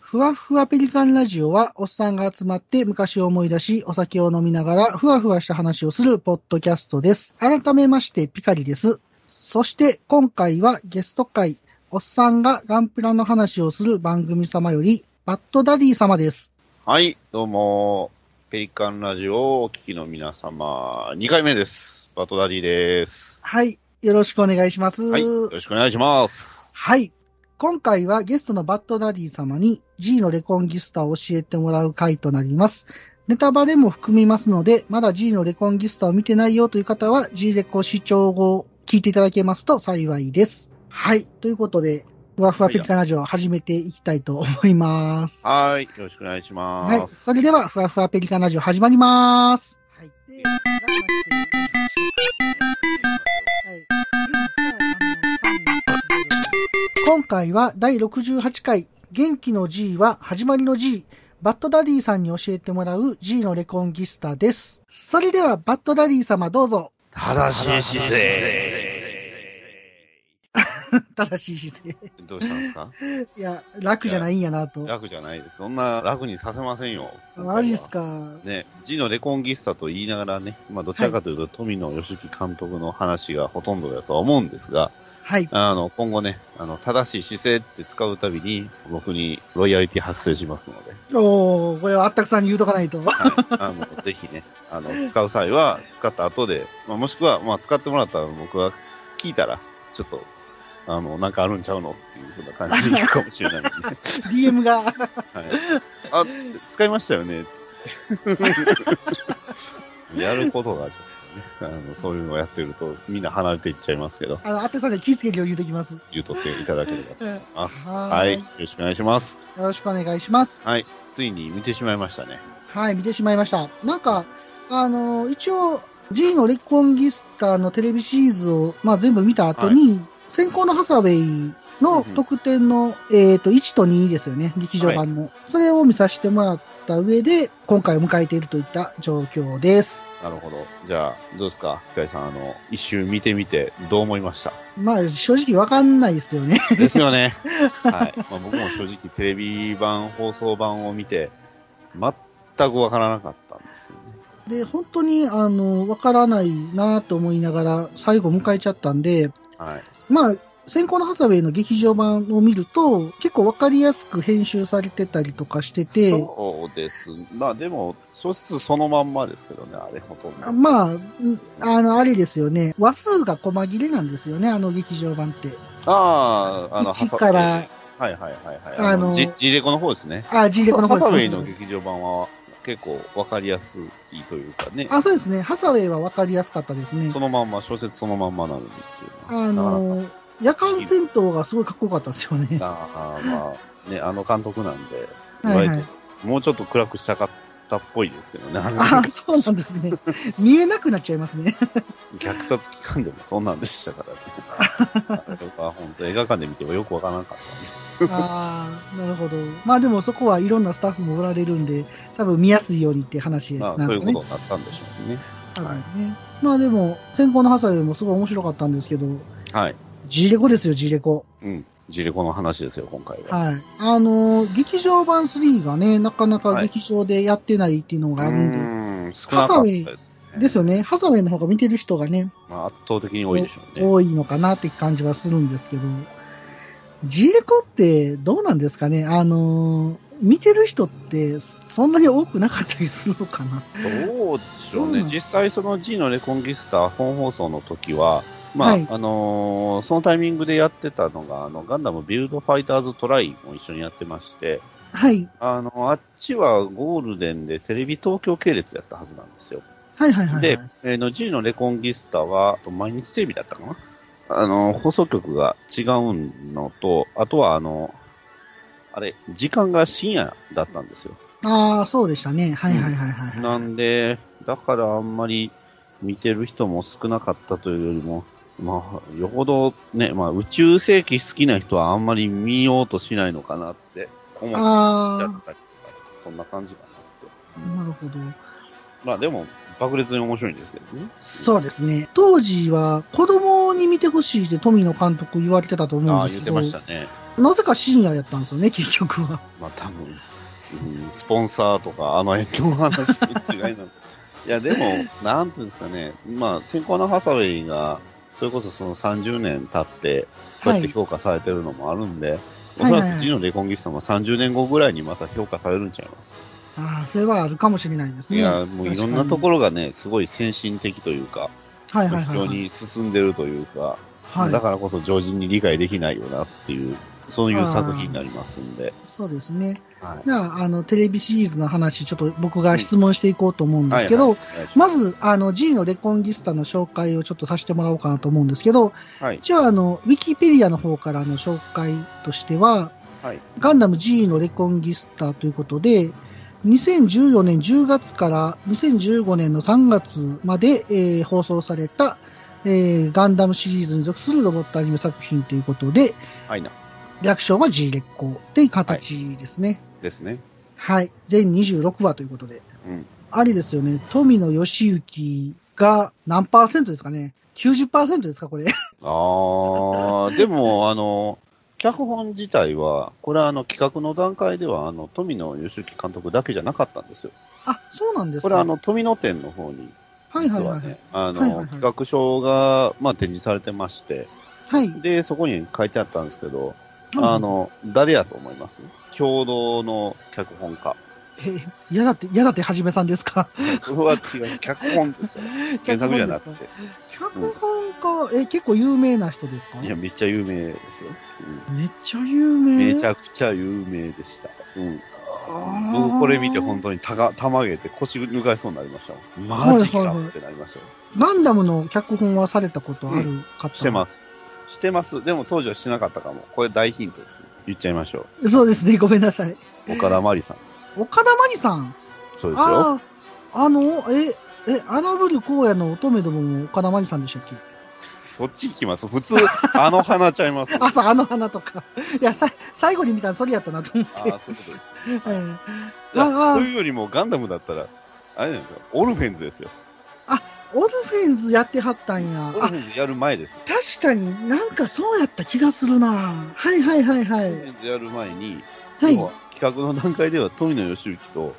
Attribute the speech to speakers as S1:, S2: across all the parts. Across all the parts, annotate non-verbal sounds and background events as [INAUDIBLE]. S1: ふわふわペリカンラジオは、おっさんが集まって昔を思い出し、お酒を飲みながら、ふわふわした話をするポッドキャストです。改めまして、ピカリです。そして、今回はゲスト会、おっさんがガンプラの話をする番組様より、バッドダディ様です。
S2: はい、どうも、ペリカンラジオをお聞きの皆様、2回目です。バトダディです。
S1: はい。よろしくお願いします。
S2: はい、よろしくお願いします。
S1: はい。今回はゲストのバッドダディ様に G のレコンギスタを教えてもらう回となります。ネタバレも含みますので、まだ G のレコンギスタを見てないよという方は G レコ視聴を聞いていただけますと幸いです。はい。ということで、ふわふわペリカンラジオを始めていきたいと思います。
S2: はい、よろしくお願いしま
S1: はい。
S2: す。
S1: それでは、ふわふわペリカンラジオ始まります。はい。で、今回は第68回、元気の G は始まりの G、バッドダディさんに教えてもらう G のレコンギスタです。それでは、バッドダディ様どうぞ。
S2: 正しい姿勢。
S1: 正しい姿勢。
S2: どうしたんですか
S1: いや、楽じゃないんやなと。
S2: 楽じゃないです。そんな楽にさせませんよ。
S1: マジっすか。
S2: ね、G のレコンギスタと言いながらね、まあどちらかというと、富野義樹監督の話がほとんどだとは思うんですが、
S1: はい。
S2: あの、今後ね、あの、正しい姿勢って使うたびに、僕にロイヤリティ発生しますので、
S1: おー、これはあったくさんに言うとかないと。 [LAUGHS]
S2: あの、ぜひね、あの、使う際は、使った後で、まあ、もしくは、まあ、使ってもらったら僕は聞いたら、ちょっと、あの、なんかあるんちゃうのっていうふうな感じになるかもしれないんでね、
S1: DM が。
S2: はい。あ、使いましたよね。 [LAUGHS] やることがちょっとね、あの、そういうのをやってると、みんな離れていっちゃいますけど、
S1: あの、あったくさんには気ぃつけるよう言うときます。
S2: 言うとっていただければと
S1: よ
S2: 思います。
S1: は
S2: はいい。よろしくお願いします。
S1: ろしくお願いします。
S2: はい。ついに見てしまいましたね。
S1: はい、見てしまいました。なんか、あのー一応、G のレコンギスタのテレビシリーズを、まあ、全部見た後に、先行のハサウェイの特典の、えっ、と、1と2ですよね、劇場版の。それを見させてもらった上で、今回を迎えているといった状況です。
S2: なるほど。じゃあ、どうですかひかりさん、あの、一周見てみて、どう思いました
S1: まあ、正直わかんないですよね。
S2: です
S1: [LAUGHS]
S2: よね。はい。まあ、僕も正直、テレビ版、放送版を見て、全くわからなかったんですよね。
S1: で、本当に、あの、わからないなと思いながら、最後迎えちゃったんで、
S2: はい。
S1: まあ、先行のハサウェイの劇場版を見ると、結構わかりやすく編集されてたりとかしてて、
S2: そうです。まあ、でも、小説そのまんまですけどね、あれ、ほとんど。
S1: まあ、うんあの、あれですよね。話数が細切れなんですよね、あの劇場版って。
S2: ああ、あの、
S1: 1から、
S2: はいはいはいはい。
S1: あ
S2: あ
S1: の
S2: の、ジジレコの方ですね。
S1: あ、G レコの方
S2: ハサウェイ
S1: です
S2: の劇場版は結構わかりやすいというかね。
S1: あ、そうですね。ハサウェイはわかりやすかったですね
S2: そ。のまんま、小説そのまんまなのにっていうは
S1: あの、夜間戦闘がすごいかっこよかったですよね。
S2: ああまあ、ね、あの監督なんで、
S1: はい
S2: い
S1: は
S2: わゆ
S1: い
S2: る。もうちょっと暗くしたかったっぽいですけどね、あの
S1: あ、そうなんです
S2: [LAUGHS]
S1: ね。見えなくなっちゃいますね。
S2: 虐殺期間でもそんなんでしたからね。あれは本当映画館で見てもよくわからなか
S1: [LAUGHS]
S2: った
S1: ああ、なるほど。まあでもそこはいろんなスタッフもおられるんで、多分見やすいようにって話
S2: ね。
S1: な
S2: ま
S1: ん
S2: あ、
S1: で
S2: そ
S1: す
S2: ういう
S1: かね
S2: こと。になったんでしょうね。
S1: 多
S2: はい
S1: 分ね。まあでも、先行のハサウェイもすごい面白かったんですけど、
S2: はい。
S1: G レコですよ、G レコ。
S2: うん。ジレコの話ですよ、今回は。
S1: はい。あのー劇場版3がね、なかなか
S2: はい
S1: 劇場でやってないっていうのがあるんで、
S2: うーん、少なかったですね。
S1: ですよね。ハサウェイの方が見てる人がね、
S2: まあ、圧倒的に多いでしょうね。
S1: 多いのかなって感じはするんですけど、G レコってどうなんですかねあのー見てる人ってそんなに多くなかったりするのかな
S2: どうでしょう
S1: どうな
S2: ね
S1: ん。
S2: 実際その G のレコンギスタ本放送の時は、まあ、
S1: はい
S2: あのーそのタイミングでやってたのが、あの、ガンダムビルドファイターズトライも一緒にやってまして、
S1: はい。
S2: あの、あっちはゴールデンでテレビ東京系列やったはずなんですよ。
S1: はいはいはい、
S2: で
S1: はい。、
S2: えーの G のレコンギスタは、と毎日テレビだったかなあの、放送局が違うのと、あとはあの、あれ、時間が深夜だったんですよ。
S1: ああ、そうでしたね。はいはいはいはい。
S2: なんで、だからあんまり見てる人も少なかったというよりも、まあ、よほどね、まあ、宇宙世紀好きな人はあんまり見ようとしないのかなって思っちゃっ
S1: あ
S2: たり
S1: あ
S2: とか、そんな感じかなって。
S1: なるほど。
S2: まあでも、爆裂に面白いんですけどね。
S1: そうですね。当時は子供に見てほしいって富野監督言われてたと思
S2: あ
S1: うん
S2: あ、
S1: です
S2: 言っ
S1: け
S2: て
S1: ど、
S2: ましたね。
S1: なぜか深夜やったんですよね、結局は。
S2: まあ多分、うん、スポンサーとか、あの辺の話と違いな
S1: [LAUGHS]
S2: の。いや、でも、なんていうんですかね、まあ、先行のハサウェイが、それこそその30年経って、こうやって評価されてるのもあるんで、おそ
S1: はいはい
S2: ら
S1: は
S2: く
S1: い
S2: ジのレコンギスタも30年後ぐらいにまた評価されるんちゃいます。
S1: ああ、それはあるかもしれないですね。
S2: いや、もういろんなところがね、すごい先進的というか、
S1: ろ、はいはい
S2: 非
S1: はい
S2: 常
S1: はい。
S2: に進んでるというか、
S1: はい
S2: だからこそ常人に理解できないよなっていう、そういう作品になりますんで。
S1: そうですね。
S2: はい
S1: じゃあ、あの、テレビシリーズの話、ちょっと僕が質問していこうと思うんですけど、
S2: はいはいお願いし
S1: まず、あの、G のレコンギスタの紹介をちょっとさせてもらおうかなと思うんですけど、
S2: すはい。
S1: 一応、あの、ウィキペディアの方からの紹介としては、
S2: はい。
S1: ガンダム G のレコンギスタということで、2014年10月から2015年の3月まで、えー放送された、えーガンダムシリーズに属するロボットアニメ作品ということで、
S2: はいな。
S1: 略称は G レッコっていう形ですね。
S2: ですね。
S1: はい。全26話ということで。
S2: うん。
S1: ありですよね。富野義行が何パーセントですかね ?90% ですかこれ。 [LAUGHS]
S2: ああ、でも、あの、脚本自体は、これはあの企画の段階では、あの、富野義行監督だけじゃなかったんですよ。
S1: あ、そうなんですか
S2: これはあの、富野店の方に、
S1: はい
S2: 実
S1: はいは
S2: はい
S1: はい
S2: ね。、あ
S1: はいはいは
S2: の、
S1: い
S2: 企画書が、まあ、展示されてまして、
S1: はい。
S2: で、そこに書いてあったんですけど、あ、の、誰やと思います共同の脚
S1: [LAUGHS]
S2: 本家。
S1: え、やだって、やだってはじめさんです
S2: [LAUGHS]
S1: か
S2: それは違う、脚
S1: [LAUGHS]
S2: 本、原作じゃなくて。
S1: 脚本家、え、結構有名な人ですか
S2: いや、めっちゃ有名ですよ。うん
S1: めっちゃ有名。
S2: めちゃくちゃ有名でした。うん。
S1: あー
S2: 僕これ見て本当にたが、たまげて腰抜かれそうになりましたもん。マジ
S1: はい
S2: か
S1: はいはい
S2: ってなりましたよ。
S1: ガンダムの脚本はされたことある方、
S2: してます。してます。でも当時はしてなかったかも。これ大ヒントですね。言っちゃいましょ
S1: す。そうですね、ごめんなさい。
S2: う。岡田真理さん。
S1: 岡田真理さん。
S2: そうですよ。
S1: ああ、あの、え、え、穴ぶる荒野の乙女どもも岡田真理さんで
S2: [LAUGHS]
S1: したっけ
S2: そっち行きます。普通、あの花ちゃいます。あ
S1: 朝あの花とか。いや、さ最後に見たらそれやったなと思っ
S2: あ
S1: て。
S2: ー、そういうことです。
S1: うん
S2: いや
S1: ああ
S2: そういうよりもガンダムだったら、あれじゃないですか。オルフェンズですよ。
S1: オルフェンズやってはったんや。
S2: オル
S1: あ
S2: フ、ェンズやる前です。
S1: 確かになんかそうやった気がするな。はいはいはいは
S2: オ
S1: い。
S2: ルフェンズやる前に、
S1: はい。
S2: 要は企画の段階では富野義行と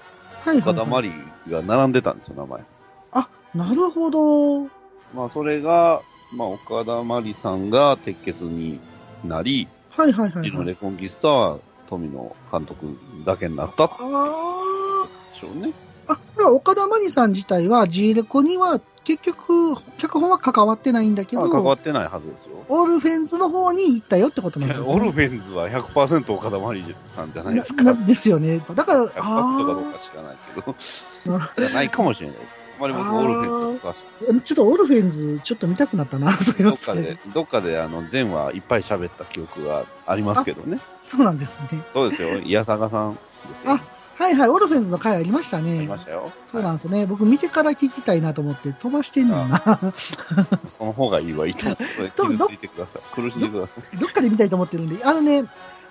S1: はいは
S2: 岡
S1: い
S2: 田
S1: は
S2: 真理が並んでたんですよ、名前。
S1: い。なるほど。
S2: まあ、それが、まあ、岡田真理さんが鉄血になり、
S1: はいはいはい、
S2: ジの
S1: はい。
S2: レコンギスタは富野監督だけになったんで
S1: あ
S2: しょうね。
S1: あ。あ、だから岡田真理さん自体は G レコには結局、脚本は関わってないんだけ
S2: ま
S1: ど
S2: あ、、関わってないはずですよ。
S1: オルフェンズの方に行ったよってこと
S2: い
S1: なんで
S2: や
S1: すね。
S2: オルフェンズは100%岡田真理さんじゃないですか。
S1: ななですよね。だから、
S2: 100%かどう
S1: あ
S2: か知らないけど、 [LAUGHS] じゃないかもしれないです。あんまり僕、オルフェンズとか、
S1: あ、ちょっとオルフェンズ、ちょっと見たくなったな、そうい
S2: ど
S1: ま
S2: っ
S1: す
S2: か
S1: ね
S2: で。、どっかで、あの、前はいっぱい喋った記憶がありますけどね。
S1: そうなんですね。
S2: そうですよ、矢坂さんですよ。
S1: あはいはい、オルフェンズの回ありました
S2: あ
S1: ね
S2: り。ましたよ。
S1: そうなんですね。僕見てから聞きたいなと思って飛ばしてんねんな。
S2: その方がいいわ、いいと思う。それ
S1: ど
S2: 傷ついてください。苦しんでくださ
S1: [LAUGHS]
S2: い。
S1: どっかで見たいと思ってるんで。あのね、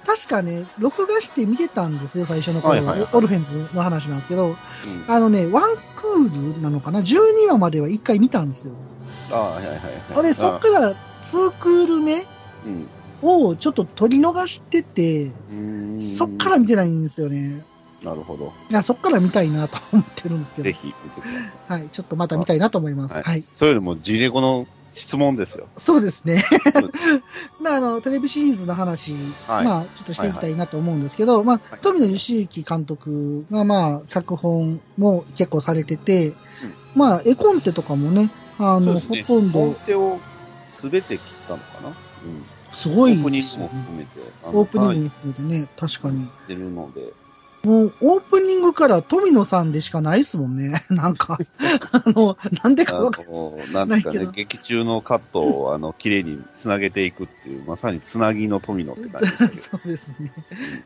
S1: 確かね、録画して見てたんですよ、最初の頃、
S2: はいはいはい
S1: オルフェンズの話なんですけど、
S2: うん
S1: あのね、ワンクールなのかな ?12 話までは1回見たんですよ。
S2: ああ、はいはいはい。
S1: で、そっから2クール目
S2: うん
S1: をちょっと取り逃してて、
S2: うーん。
S1: そっから見てないんですよね。
S2: なるほど。
S1: いや、そっから見たいなと思ってるんですけ
S2: ぜ
S1: ど、
S2: ひ見てください。
S1: はい、ちょっとまた見たいなと思います。
S2: はい
S1: はい。
S2: それよりも、ジレコの質問ですよ。
S1: そうですね
S2: そうで。
S1: なあの、テレビシリーズの話、
S2: はい
S1: [LAUGHS] まあ、ちょっとしていきたいなと思うんですけど、まあ
S2: はい、
S1: 富野義行監督が、まあ、脚本も結構されてて、まあ、絵コンテとかもね、あの、
S2: そ
S1: ほ
S2: うですね
S1: とん
S2: コン
S1: ど、
S2: テをすべて切ったのかなうん。
S1: す
S2: オ
S1: ごい
S2: ープニ
S1: で
S2: ン
S1: す
S2: グ
S1: よ
S2: も
S1: ね、
S2: 含めて。
S1: オープニング
S2: グ。
S1: も含めてね、確かに。
S2: てるので。
S1: もう、オープニングから富野さんでしかないですもんね。 [LAUGHS] なんか、あの、なんで
S2: あ
S1: か [LAUGHS] わかん
S2: の、なんですか
S1: ないけ
S2: ね
S1: ど、
S2: 劇中のカット
S1: [LAUGHS]
S2: を、あの、綺麗に繋げていくっていう、まさに繋ぎの富野って感じでしたけど。
S1: [LAUGHS] そうですね。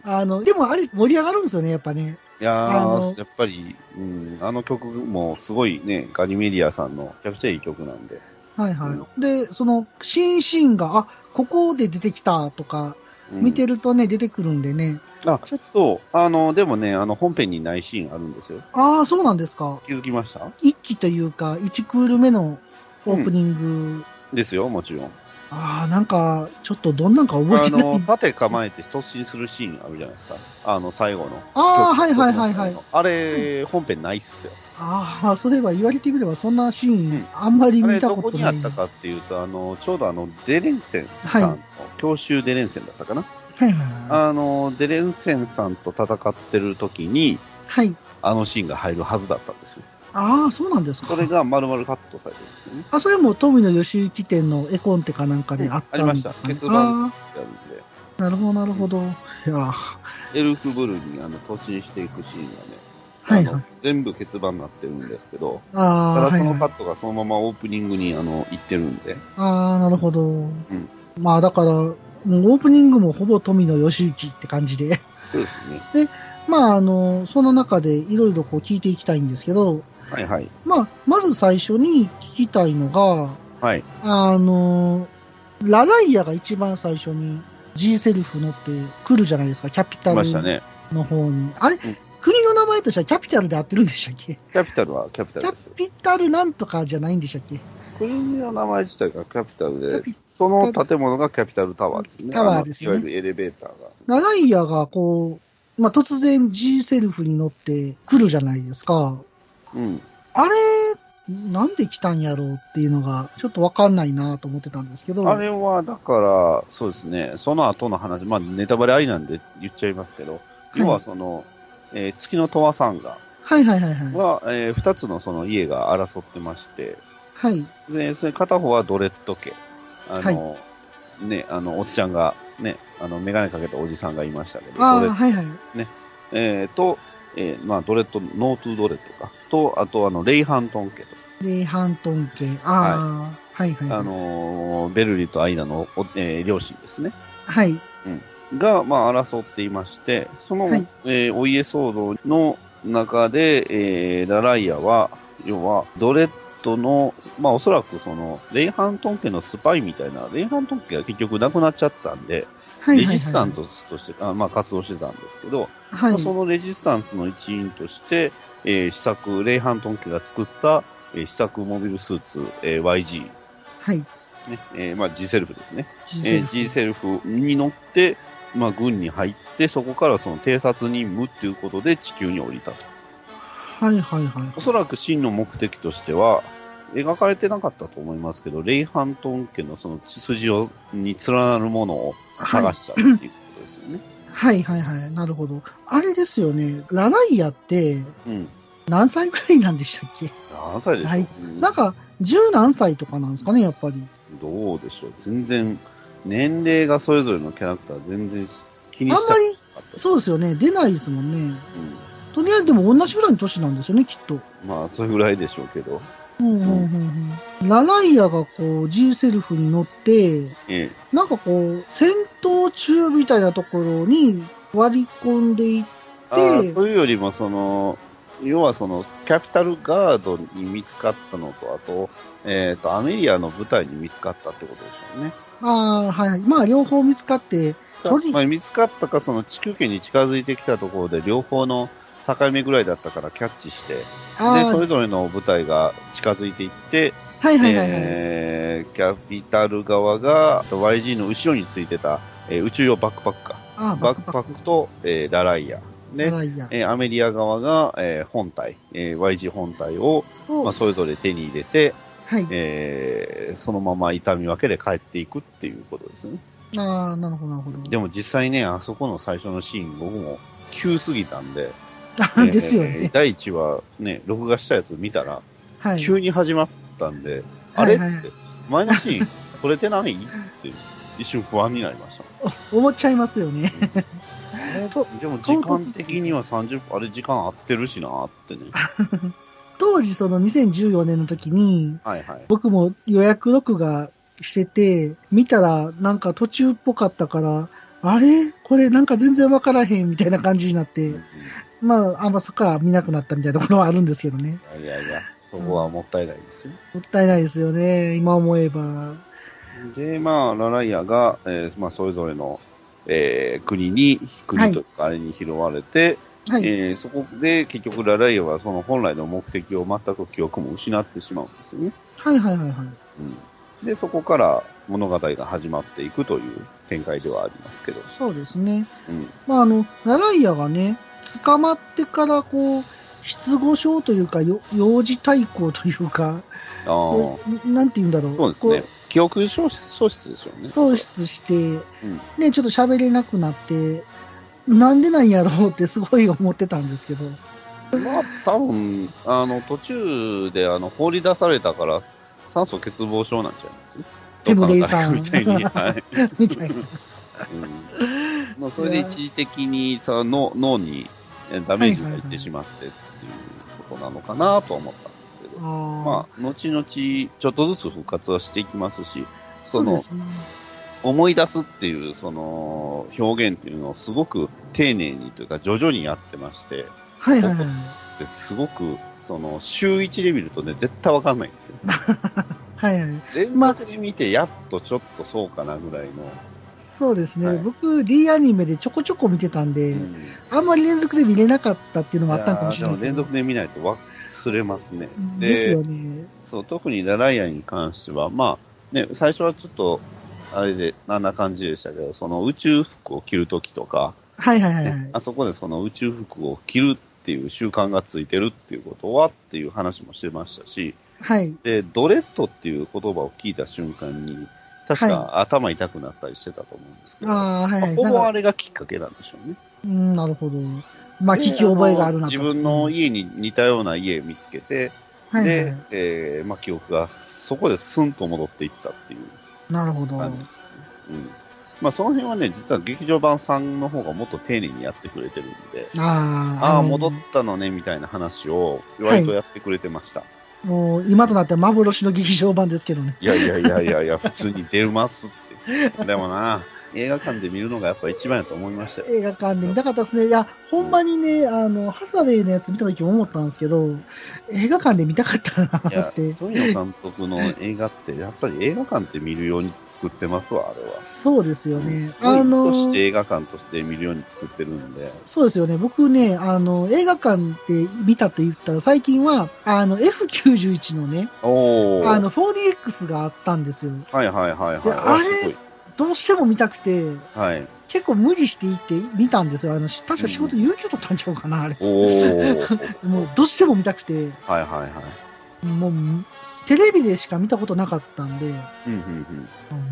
S1: あの、でもあれ盛り上がるんですよね、やっぱね。
S2: い
S1: あ
S2: や
S1: の
S2: ー、やっぱり、うん、あの曲もすごいね、ガニメディアさんのめちゃくちゃいい曲なんで。
S1: はいはい。で、その、新シーンが、あ、ここで出てきたとか、見て
S2: る。
S1: るとね、出てくるんでね。
S2: あ、ちょっと、あの、でもね、あの、本編にないシーンあるんですよ。
S1: ああ、そうなんですか。
S2: 気づきました
S1: 一期というか、一クール目のオープニング。
S2: ですよ、もちろん。
S1: ああ、なんか、ちょっとどんなんか覚え
S2: あ
S1: てない。
S2: の、盾構えて突進するシーンあるじゃないですか。あの、最後の。
S1: ああ、はいはいはいはい。。
S2: あれ、本編ないっすよ。
S1: ああ、そういえば言われてみれば、そんなシーン、
S2: うん
S1: あんまり
S2: あ
S1: 見
S2: れ、
S1: た
S2: ど
S1: こ
S2: ことに
S1: な
S2: あ
S1: い。
S2: った
S1: は
S2: かっていうと、あの、ちょうどあの、デレンセンさんの、
S1: はい
S2: 教習デレンセンだったかな。
S1: いはいはい。
S2: あの、デレンセンさんと戦ってる時に、
S1: はい。
S2: あのシーンが入るはずだったんですよ。
S1: ああ、そうなんですか。
S2: それが丸々カットされてるんですよね。
S1: あ、それも富野義行店の絵コンテかなんかであったんですかね。
S2: うんありました結論
S1: あ
S2: やるんで。
S1: あ、なるほど、なるほど。いやー
S2: エルフブルにあの突進していくシーンがね、
S1: はい
S2: あ
S1: はい。
S2: の全部欠番になってるんですけど、
S1: あ
S2: た
S1: あ、
S2: だ
S1: はい
S2: そのカ
S1: はい。
S2: ットがそのままオープニングにあの行ってるんで、
S1: ああ、なるほど。まあ、だから、もうオープニングもほぼ富野義行って感じで。 [LAUGHS]
S2: そうですね。
S1: まあ、あの、その中でいろいろこう聞いていきたいんですけど、
S2: はいはい。
S1: まあ、まず最初に聞きたいのが、
S2: はい。
S1: あの、ラライアが一番最初に G セルフ乗ってくるじゃないですか、キャピタ
S2: 来
S1: ル
S2: ましたね。
S1: の方に。あれ、
S2: ん
S1: 国の名前としてはキャピタルで合ってるんでしたっけ
S2: キャピタルはキャピタ
S1: キ
S2: ル
S1: ャ
S2: です。
S1: ピタルなんとかじゃないんでしたっけ
S2: 国の名前自体がキャピタ
S1: キャ
S2: ルで
S1: ピ、
S2: その建物がキャピタルタワーですね。
S1: タワーですね
S2: あのいわゆるエレベーター
S1: ラ
S2: が。
S1: ライアがこう、まあ、突然 G セルフに乗って来るじゃないですか。
S2: うん。
S1: あれ、なんで来たんやろうっていうのが、ちょっとわかんないなと思ってたんですけど。
S2: あれはだから、そうですね、その後の話、まあネタバレありなんで言っちゃいますけど、要はその、えー月のとわさんが、
S1: はいはいはいはい。
S2: は、えー二つのその家が争ってまして、
S1: はい。
S2: で、それ片方はドレッド家。あの、ね、あの、おっちゃんが、ね、あの、メガネかけたおじさんがいましたけど、
S1: あ
S2: ドレ
S1: あ、はいはい。
S2: えーと、えーまあ、ドレッド、ノートゥードレッドか。と、あと、あの、レイハントン家と。
S1: レイハントン家。ああ、はい、はいはい。
S2: あのーベルリとアイナのお、えー両親ですね。
S1: はい。
S2: が、まあ、争っていまして、その、
S1: はい
S2: えーお家騒動の中で、えーラライアは、要は、ドレッドの、まあ、おそらくその、レイハントン家のスパイみたいな、レイハントン家が結局亡くなっちゃったんで、
S1: はいはい、はい。
S2: レジスタンスとして、あまあ、活動してたんですけど、
S1: は
S2: ま
S1: い
S2: あ。そのレジスタンスの一員として、えー試作、レイハントン家が作った、えー試作モビルスーツ、えー YG、ね
S1: はい。
S2: えーまあ、G セルフですね。
S1: G セル
S2: えー
S1: フ
S2: G セルフに乗って、まあ、軍に入って、そこからその偵察任務っていうことで地球に降りたと。
S1: はいはいはい。
S2: おそらく真の目的としては、描かれてなかったと思いますけど、レイハントン家のその血筋をに連なるものを探しちゃうっていうことですよね。
S1: はいはいはい。なるほど。あれですよね。ラライアって
S2: うん。
S1: 何歳くらいなんでしたっけ
S2: 何歳でしょう、
S1: はい
S2: うん
S1: なんか、十何歳とかなんですかね、やっぱり。
S2: どうでしょう全然、年齢がそれぞれのキャラクター全然気
S1: あん
S2: に
S1: ま
S2: したくな
S1: り、
S2: かった。
S1: そうですよね。出ないですもんね。
S2: うん
S1: とりあえずでも同じぐらいの年なんですよね、きっと。
S2: まあ、それぐらいでしょうけど。
S1: うんうんうんうん。ラライアがこう、G セルフに乗って、
S2: ええ
S1: なんかこう、戦闘中みたいなところに割り込んでいっ
S2: あー
S1: で
S2: というよりも、その、要はその、キャピタルガードに見つかったのと、あと、えっ、と、アメリアの舞台に見つかったってことでしょうね。
S1: ああ、はいはい。まあ、両方見つかって、とり
S2: まあ、見つかったか、その地球圏に近づいてきたところで、両方の境目ぐらいだったからキャッチして、で、
S1: ああ
S2: そ、れぞれの舞台が近づいていって、
S1: はいはいはいはい。
S2: えーキャピタル側が YG の後ろについてた、えー宇宙用バックパックか。
S1: ああ、
S2: バックパックと、えーラライア。
S1: ラ
S2: ね、
S1: ライア
S2: えーアメリア側が、えー本体、えー YG 本体を、
S1: と、
S2: まあ、それぞれ手に入れて、
S1: はい。
S2: えーそのまま痛み分けで帰っていくっていうことですね。
S1: ああ、なるほど、なるほど。
S2: でも実際ね、あそこの最初のシーン、僕も急すぎたんで、
S1: あー [LAUGHS] [LAUGHS] ですよね。
S2: えー第1話、ね、録画したやつ見たら、
S1: はい。
S2: 急に始まったんで、
S1: は
S2: あ
S1: い
S2: れ、
S1: はいはい
S2: って、前のシーン、撮れてないって、一瞬不安になりました。
S1: 思っちゃいますよね。 [LAUGHS] と
S2: でも時間的には30分、あれ時間合ってるしなーってね。
S1: 当時、その2014年の時に、
S2: はいはい。
S1: 僕も予約録画してて、見たらなんか途中っぽかったから、あれこれなんか全然わからへんみたいな感じになって、まあ、あんまそこから見なくなったみたいなところはあるんですけどね。 [LAUGHS]
S2: いやいや、そこはもったいないですよ。
S1: もったいないですよね、今思えば。
S2: で、まあ、ラライアが、えーまあ、それぞれの、えー国に、国というか、あれに拾われて、
S1: はい。
S2: えーそこで結局ラライアはその本来の目的を全く記憶も失ってしまうんですよね。
S1: はいはいはいはい。
S2: うん、で、そこから、物語が始まっていくという展開ではありますけど。
S1: そうですね。
S2: うん。
S1: まあ、あの、ラライアがね、捕まってから、こう、失語症というか、よ幼児対抗というか、
S2: ああ、そ
S1: こうなんて言うんだろう。
S2: うですね
S1: こ。
S2: 記憶喪失喪失ですよね。
S1: う喪失して、
S2: ん
S1: ね、ちょっと喋れなくなって、なんでなんやろうってすごい思ってたんですけど。 [LAUGHS]
S2: まあ、多分あの途中であの放り出されたから、酸素欠乏症なんちゃいます
S1: テムレイさん
S2: どう考えてもみたいに。
S1: [LAUGHS]
S2: はい
S1: みたいな。
S2: うんまあ、それで一時的にさの脳にえダメージがいってしまってっていうことなのかなとは思ったんですけど、
S1: あ
S2: まあ、後々ちょっとずつ復活はしていきますし、
S1: あ、
S2: その
S1: ですね。
S2: 思い出すっていうその表現っていうのをすごく丁寧にというか徐々にやってまして、
S1: はいはいはい。
S2: ですごくその週1で見るとね、絶対わかんないんですよ。
S1: はいはい。
S2: 連続で見てやっとちょっとそうかなぐらいの。
S1: そうですね。
S2: はい
S1: 僕、D アニメでちょこちょこ見てたんで、
S2: うん
S1: あんまり連続で見れなかったっていうのもあったのかもしれない
S2: やーでも連続で見ないと忘れますね。
S1: ですよね。
S2: そう、特にラライアに関しては、まあ、ね、最初はちょっと、あれで、あんな感じでしたけど、その宇宙服を着るときとか、
S1: はいはいはい
S2: ね
S1: はい。
S2: あそこでその宇宙服を着るっていう習慣がついてるっていうことはっていう話もしてましたし、
S1: はい。
S2: で、ドレッドっていう言葉を聞いた瞬間に、確か頭痛くなったりしてたと思うんですけど、
S1: ああ、はい
S2: ま
S1: は
S2: あ
S1: い。
S2: ほ
S1: なん
S2: ぼあ
S1: か
S2: れがきっかけなんでしょうね。
S1: うん、なるほど。まあ、
S2: で
S1: 聞き覚えがあるなと。
S2: の自分の家に似たような家見つけて、
S1: はいはいは
S2: で、えーまあ、記憶がそこでスンと戻っていったっていう
S1: い。なるほど。
S2: 感じですね。うんまあ、その辺はね、実は劇場版さんの方がもっと丁寧にやってくれてるんで、
S1: ああ。
S2: ああ、
S1: の
S2: 戻ったのねみたいな話を割とやってくれてました。
S1: もう、今となっては幻の劇場版ですけどね。
S2: い、やいやいやいやいや、普通に出ますって。でもな、映画館で見るのがやっぱ一番やと思いましたよ。
S1: 映画館で見たかったですね。いや、ほんまにね、あの、ハサウェイのやつ見た時も思ったんですけど、映画館で見たかった
S2: い
S1: な
S2: や
S1: って。
S2: 富野監督の映画って、やっぱり映画館って見るように作ってますわ、あれは。
S1: そうですよね。
S2: あ
S1: あ
S2: の
S1: の、
S2: として映画館として見るように作ってるんで。
S1: そうですよね。僕ね、あの、映画館で見たと言ったら、最近は、あの、F91 のね、
S2: おお。
S1: あの、4DX があったんですよ。
S2: はいはいはいはい。
S1: であれ
S2: すごい
S1: どうしても見たくて、
S2: はい。
S1: 結構無理して行って見たんですよ。あの、し確か仕事有給取ったんちゃうかな、あれ。
S2: おお。は
S1: [LAUGHS]
S2: い
S1: もう、どうしても見たくて、
S2: はいはい。
S1: もう、テレビでしか見たことなかったんで、
S2: うんうん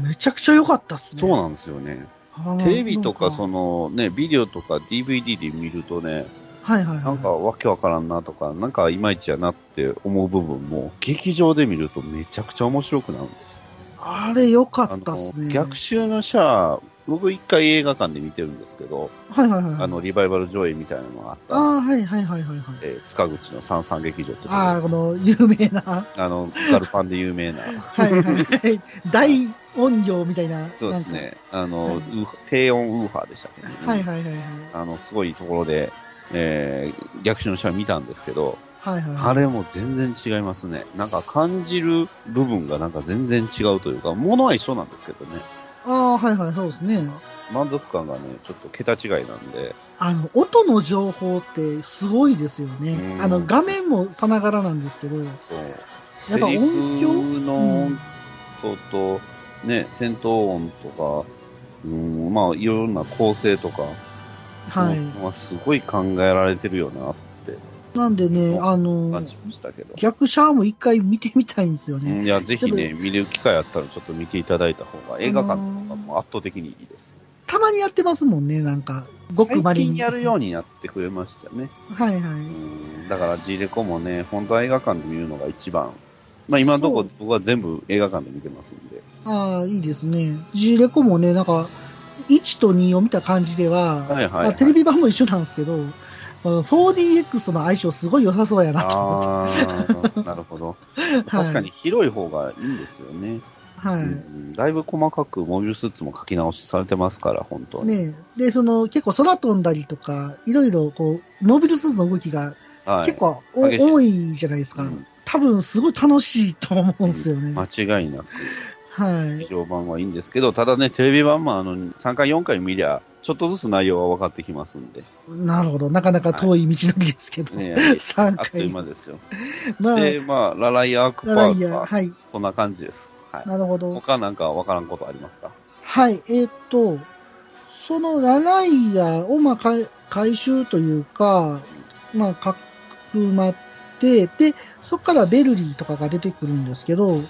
S2: うん。
S1: めちゃくちゃ良かったっすね。
S2: そうなんですよね。
S1: あの
S2: テレビと
S1: な
S2: か、
S1: ん
S2: そのね、ビデオとか DVD で見るとね、
S1: はいはいはい。
S2: なんかわけわからんなとか、なんかいまいちやなって思う部分も、劇場で見るとめちゃくちゃ面白くなるんですよ。
S1: あれ良か
S2: あ
S1: ったっすね。
S2: の、逆襲のシャア、僕一回映画館で見てるんですけど、
S1: はいはいはい。
S2: あの、リバイバル上映みたいなのがあったんで
S1: ああ、はいはいはいはいはい。
S2: えー塚口の三三劇場ってとこ
S1: ああ、この有名な、 [LAUGHS] は
S2: あの、ガルパンで有名な。
S1: [LAUGHS] いはいはい。大音量みたいな。
S2: そうですね。あの、
S1: はい
S2: ウーハ低音ウーハーでしたっけ、
S1: な
S2: ね
S1: んか。はいはいはいはい。
S2: あの、すごいところで、えー、逆襲のシャア見たんですけど、
S1: はいはいはい。
S2: あれも全然違いますね。なんか感じる部分がなんか全然違うというか、ものは一緒なんですけどね。
S1: ああ、はいはい、そうですね。
S2: 満足感がね、ちょっと桁違いなんで、
S1: あの、音の情報ってすごいですよね
S2: う。ん
S1: あの、画面もさながらなんですけど、
S2: そ
S1: や
S2: う。
S1: っぱ
S2: セリ
S1: 音響
S2: フの
S1: うん
S2: 音とと、ね、戦闘音とか、うん、まあ、いろんな構成とか、
S1: は
S2: うん
S1: い。
S2: まあ、すごい考えられてるよなって
S1: なんでね、あの
S2: 感、じましたけど。
S1: 逆シャアも一回見てみたいんですよね。
S2: いや、ぜひ
S1: ち
S2: ね、見る機会あったらちょっと見ていただいた方が、映画館とかも圧倒的にいいです。
S1: たまにやってますもんね、なんか。ごくま
S2: 最
S1: れ
S2: 近
S1: に。
S2: やるようになってくれましたね。
S1: はいは
S2: う
S1: い。
S2: ん、だから、ジーレコもね、本当は映画館で見るのが一番。まあ、今のと
S1: そ
S2: ころ
S1: う
S2: 僕は全部映画館で見てますんで。
S1: ああ、いいですね。G レコもね、なんか、1と2を見た感じでは、
S2: はいはい、
S1: まあ、テレビ版も一緒なんですけど、まあ 4DX の相性すごい良さそうやなと思って。
S2: ああ、なるほど。確かに広い方がいいんですよね。
S1: はい。
S2: うん、だいぶ細かくモビルスーツも書き直しされてますから、本当に。
S1: ねえで、その、結構空飛んだりとか、いろいろこう、モビルスーツの動きが
S2: はい、
S1: 結構お、
S2: 激しい
S1: 多いじゃないですか。
S2: うん
S1: 多分すごい楽しいと思うんですよね。
S2: 間違いなく
S1: はい
S2: 劇。場版はいいんですけど、ただね、テレビ版もあの3回、4回見りゃ、ちょっとずつ内容が分かってきますんで、
S1: なるほど。なかなか遠い道のりですけど。
S2: ね
S1: [LAUGHS] 3
S2: あっとい
S1: 回。
S2: う間ですよ。
S1: まあ、
S2: で、まあ、ラライアーク
S1: ラ
S2: パ
S1: ラ
S2: ー
S1: イ
S2: ク
S1: ア、
S2: は
S1: はい。
S2: こんな感じです。はい。
S1: なるほど。
S2: 他なんかわからんことありますか
S1: はい、えーっと、そのラライアを、まあ、かい回収というか、まあ、かくまって、で、そこからベルリーとかが出てくるんですけど、
S2: はい。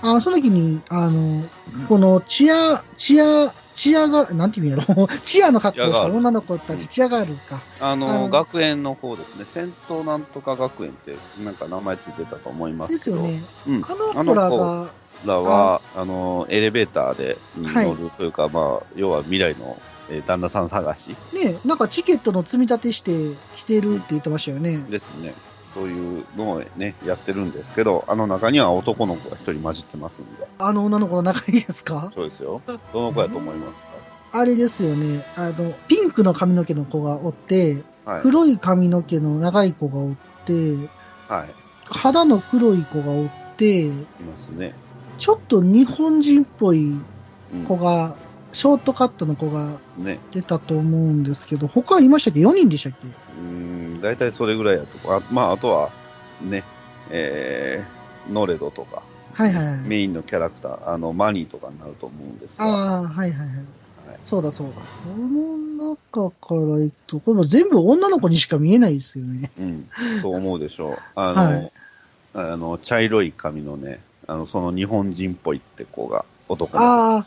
S1: あその時に、あの、この、チア、チア、チアが、なんていうんやろ、 [LAUGHS] チアの格好をした女の子た
S2: うん
S1: ち、チアガールか。
S2: あの、
S1: あの
S2: 学園の方ですね。戦闘なんとか学園って、なんか名前ついてたと思いま
S1: ですす
S2: けど。
S1: よね。
S2: うん。
S1: あの子らが、
S2: らは、あの、エレベーターでに乗るというか、まあ、要は未来の、えー旦那さん探し
S1: ね、なんかチケットの積み立てして来てるって言ってましたよね。
S2: ですね。そういうのをね、やってるんですけど、あの中には男の子が一人混じってますんで。
S1: あの女の子の中にですか
S2: そうですよ。どの子やと思います
S1: あれですよね。あの、ピンクの髪の毛の子がおって、
S2: かはい。
S1: 黒い髪の毛の長い子がおって、
S2: はい。
S1: 肌の黒い子がおって、
S2: いますね。
S1: ちょっと日本人っぽい
S2: うん
S1: 子が、ショートカットの子が
S2: ね。
S1: 出たと思うんですけど、他いましたっけ ?4 人でしたっけ
S2: うーん、大体それぐらいやと。あまあ、あとは、ね、えー、ノレドとか、
S1: はいはいはい。
S2: メインのキャラクター、あの、マニーとかになると思うんですが、は
S1: ああ、はいはいはい
S2: い。
S1: そうだそうだ。この中からいくと、これも全部女の子にしか見えないですよね。
S2: うん、と思うでし
S1: [LAUGHS]
S2: ょう。あの、
S1: はい
S2: あの、茶色い髪のね、あの、その日本人っぽいって子が、男の子。
S1: ああ、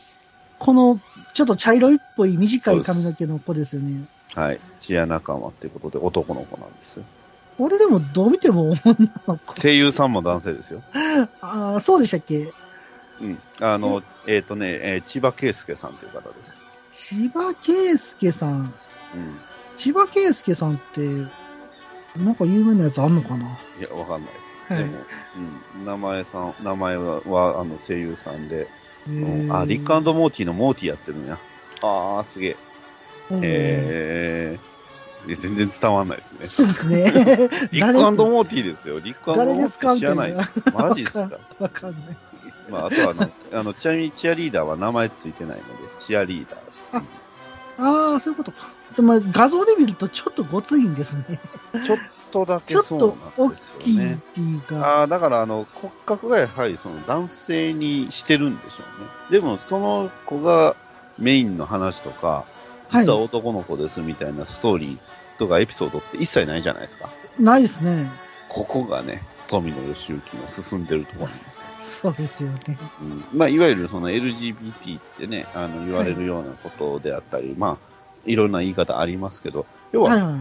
S1: この、ちょっと茶色いっぽい短い髪の毛の子ですよね。
S2: はい。チア仲間っていうことで男の子なんです。
S1: 俺でもどう見ても女の子。
S2: 声優さんも男性ですよ。
S1: ああ、そうでしたっけ
S2: うん。あの、えっ、とね、えー千葉圭介さんという方です。
S1: 千葉圭介さん。
S2: うん。
S1: 千葉圭介さんって、なんか有名なやつあんのかない
S2: や、わかんないです。
S1: はい
S2: でも、うん、名前さん、名前は、はあの、声優さんで、
S1: うん
S2: あ、リックモーティのモーティやってるんや。あー、すげえ。
S1: うん
S2: えーいや全然伝わんないですね。。
S1: そうですね
S2: [LAUGHS] リッ
S1: 誰
S2: クモーティですよ。リックモーテ
S1: 誰ですか
S2: ィ
S1: み
S2: 知
S1: た
S2: ら
S1: いな
S2: ない。マジっすか。
S1: わかんない。
S2: まあ、あとはあの、あの、ちなみにチアリーダーは名前ついてないので、チアリーダー。
S1: ああ、そういうことか。でも画像で見るとちょっとごついんですね。
S2: ちょっとだけ
S1: ちょっ
S2: そうなん
S1: と大
S2: ですよ
S1: きい
S2: ね
S1: っ。ていうか。
S2: ああ、だから、あの、骨格がやはりその男性にしてるんでしょうね。でも、その子がメインの話とか、
S1: はい
S2: 実は男の子ですみたいなストーリーとかエピソードって一切ないじゃないですか。
S1: ないですね。
S2: ここがね、富野義行の進んでるところなんです
S1: そ
S2: よ。
S1: うですよね。
S2: うん、まあ、いわゆるその LGBT ってね、あの、言われるようなことであったり、まあ、いろんな言い方ありますけど、要は
S1: はいはい。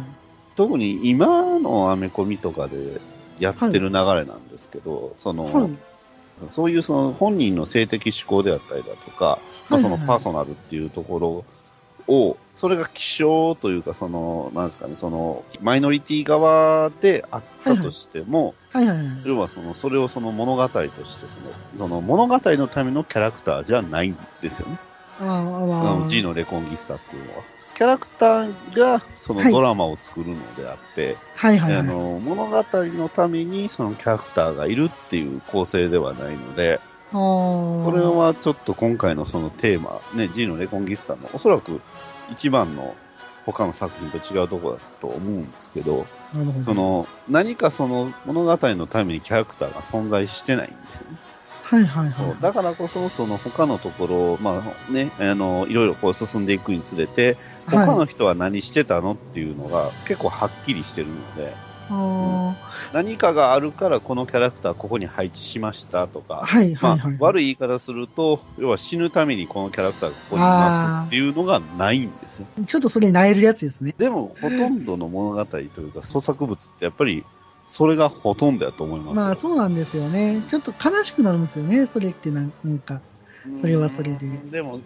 S2: 特に今のアメコミとかでやってる流れなんですけど、その、
S1: はい。
S2: そういうその本人の性的指向であったりだとか、ま
S1: は
S2: あ、
S1: い
S2: そ
S1: はい
S2: のパーソナルっていうところを、それが希少というか、その、なんですかね、その、マイノリティ側であったとしても、
S1: はいはいはい。
S2: 要はその、それをその物語としてその、その物語のためのキャラクターじゃないんですよね。
S1: あー
S2: あ
S1: あ
S2: の
S1: ー、
S2: G のレコンギスタっていうのは。キャラクターがそ
S1: は
S2: の
S1: い
S2: ドラマを作るのであって、
S1: はいはい
S2: あ
S1: はい。
S2: の物語のためにそのキャラクターがいるっていう構成ではないので、こ
S1: こ
S2: れ、はちょっと今回のそのテーマ、ね、G のレコンギスタのおそらく一番の他の作品と違うところだと思うんですけど、
S1: なるほど
S2: そ、の何かその物語のためにキャラクターが存在してないんですよね。
S1: はいはい
S2: そう
S1: はい。
S2: だからこそその他のところを、まあね、あのいろいろこう進んでいくにつれて、他
S1: は
S2: の
S1: い、
S2: 人は何してたのっていうのが結構はっきりしてるので、
S1: あ
S2: 何かがあるからこのキャラクターここに配置しましたと
S1: ー
S2: か、
S1: はい
S2: ま
S1: は
S2: あ
S1: いはい。
S2: 悪い言い方すると、要は死ぬためにこのキャラクターがここにいますっていうのがないんですよ。
S1: ちょっとそれ萎えるやつですね。
S2: でも、ほとんどの物語というか創作物ってやっぱり、それがほとんどやと思いますよ。
S1: まあそうなんですよね。ちょっと悲しくなるんですよね、それってなんか。それはそれで
S2: うんでも、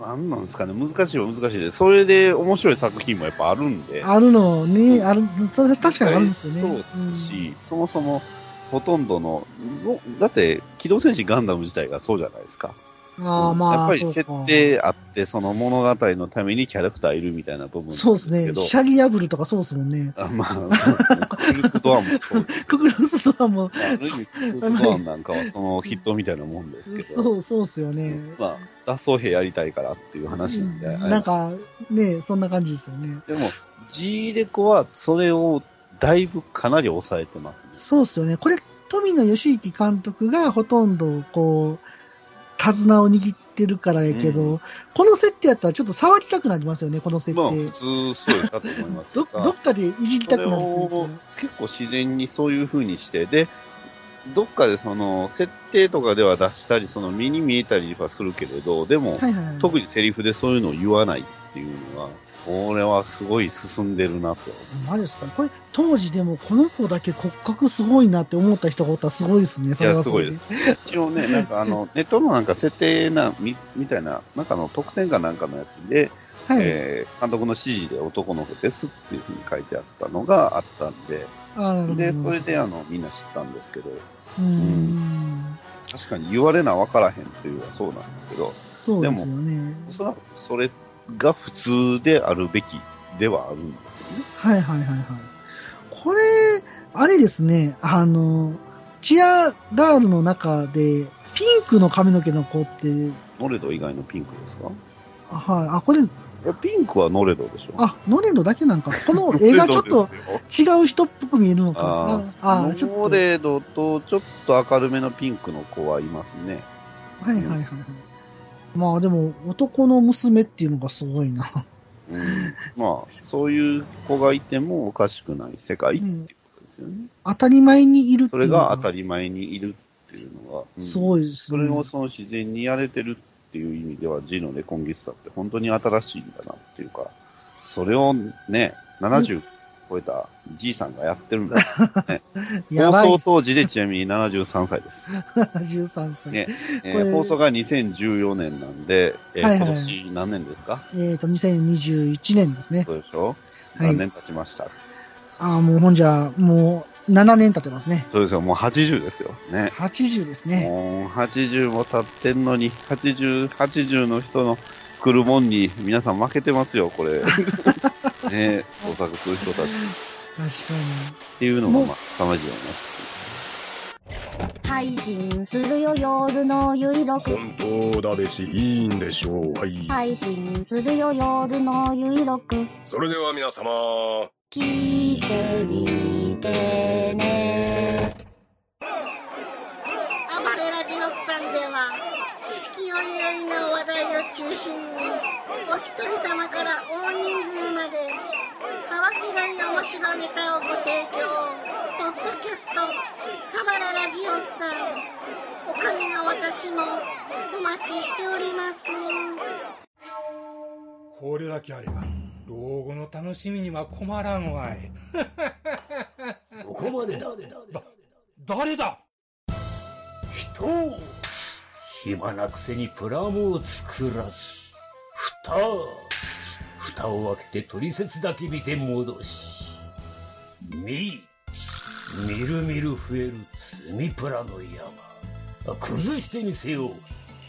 S2: なんなんですかね、難しいは難しいで、それで面白い作品もやっぱあるんで、
S1: あるのね、
S2: うん
S1: ある、た確かにあるんですよね。
S2: そうですし、そもそも、ほとんどの、ぞだって、機動戦士ガンダム自体がそうじゃないですか。
S1: うんああまあ、
S2: やっぱり
S1: そうか
S2: 設定あって、その物語のためにキャラクターいるみたいな部分なん
S1: そうです
S2: け
S1: ね。
S2: ど
S1: シャリアブルとかそうですもんね。 [LAUGHS]
S2: あまあ、そうですねクルスドアンもそうです
S1: ククルスとかも、
S2: まあある意味、クルスドアンなんかはその筆頭みたいなもんですけど、
S1: そう、そうですよね。
S2: まあ、脱走兵やりたいからっていう話なんで、
S1: なんか、ね、そんな感じですよね。
S2: でも、G レコはそれをだいぶかなり抑えてますね。
S1: そうですよね。これ、富野義行監督がほとんど、こう、手綱を握ってるからやけど、
S2: う
S1: この設定やったらちょっと触りたくなりますよね、この設定。
S2: まあ、普通そうだと思います
S1: どど
S2: が
S1: っ、かでいじりた
S2: そ
S1: く
S2: れ
S1: なるという
S2: を
S1: か
S2: 結構自然にそういう風にして、で、どっかでその、設定とかでは出したり、その、身に見えたりはするけれど、でも、
S1: はいはいはい、
S2: 特にセリフでそういうのを言わないっていうのは、これはすごい進んでるなと。
S1: マジですかこれ、当時でもこの子だけ骨格すごいなって思った人がおったらすごいですね、それはそれ
S2: いやす一
S1: [LAUGHS]
S2: 応ね、なんかあの、ネットのなんか設定な、み、みたいな、なんかあの、特典かなんかのやつで、
S1: はい。
S2: えー監督の指示で男の子ですっていうふうに書いてあったのがあったんで、
S1: あーなるほど。
S2: で、それであの、みんな知ったんですけど、
S1: うーん。
S2: 確かに言われな分からへんというのはそうなんですけど、
S1: そうですよね。
S2: おそらくそれが普通であるべきではあるんですよね。
S1: はいはいはいはい。これ、あれですね、あの、チアガールの中で、ピンクの髪の毛の子って、
S2: ノレド以外のピンクですか
S1: はい、あ、これ、
S2: いやピンクはノレドでしょ。
S1: あ、ノレンドだけなんか。こ
S2: [LAUGHS]
S1: の絵がちょっと違う人っぽく見えるのか。
S2: あ
S1: あ
S2: あ
S1: あ、ちょっと。
S2: ノ
S1: はい
S2: レドとちょっと明るめのピンクの子はいますね。
S1: はいはいはい。まあでも、男の娘っていうのがすごいな。 [LAUGHS]
S2: うん、まあ、そういう子がいてもおかしくない世界っていうことですよね。
S1: 当たり前にいるって
S2: そ
S1: いう
S2: れ
S1: のが。
S2: が当たり前にいるっていうのが、うん
S1: すごいです
S2: そ
S1: ね。
S2: れをその自然にやれてるっていう意味では、G のレコンギスタって本当に新しいんだなっていうか、それをね、70超えた G さんがやってるんだ。
S1: やばいっ
S2: 放送
S1: す。
S2: 当時でちなみに73歳です。
S1: [LAUGHS] 73歳。
S2: ねえ
S1: これ
S2: ー放送が2014年なんで、えー
S1: はいはい
S2: 今年何年ですか
S1: えっ、と、2021年ですね。
S2: そうでしょ
S1: はい
S2: 何年経ちました、
S1: ああ、もうほんじゃ、もう7年経ってますね。
S2: そうですよ、もう80ですよ。ね。
S1: 80ですね。
S2: もう80も経ってんのに、80、80の人の作るもんに皆さん負けてますよ、
S1: [LAUGHS]
S2: これ。ね創作する人たち
S1: 確か
S2: っていうのが、まあ、凄まじいよね。
S3: 配信するよ夜のゆいろく
S4: 本当だべしいいんでしょうはい、
S3: 配信するよ夜のゆいろく
S4: それでは皆様
S3: 聞いてみてね
S5: 暴れラジオスさんでは四季折々の話題を中心にお一人様から大人数まで幅広い面白ネタをご提供ポッドキャスト「暴れラジオスさん」おかみの私もお待ちしております。
S6: これだけあれば老後の楽しみには困らんわい
S7: ここまでだ。
S6: 誰だ
S7: 人を暇なくせにプラモを作らず。蓋蓋を開けて取説だけ見て戻し。みみるみる増える積みプラの山。崩してみせよう。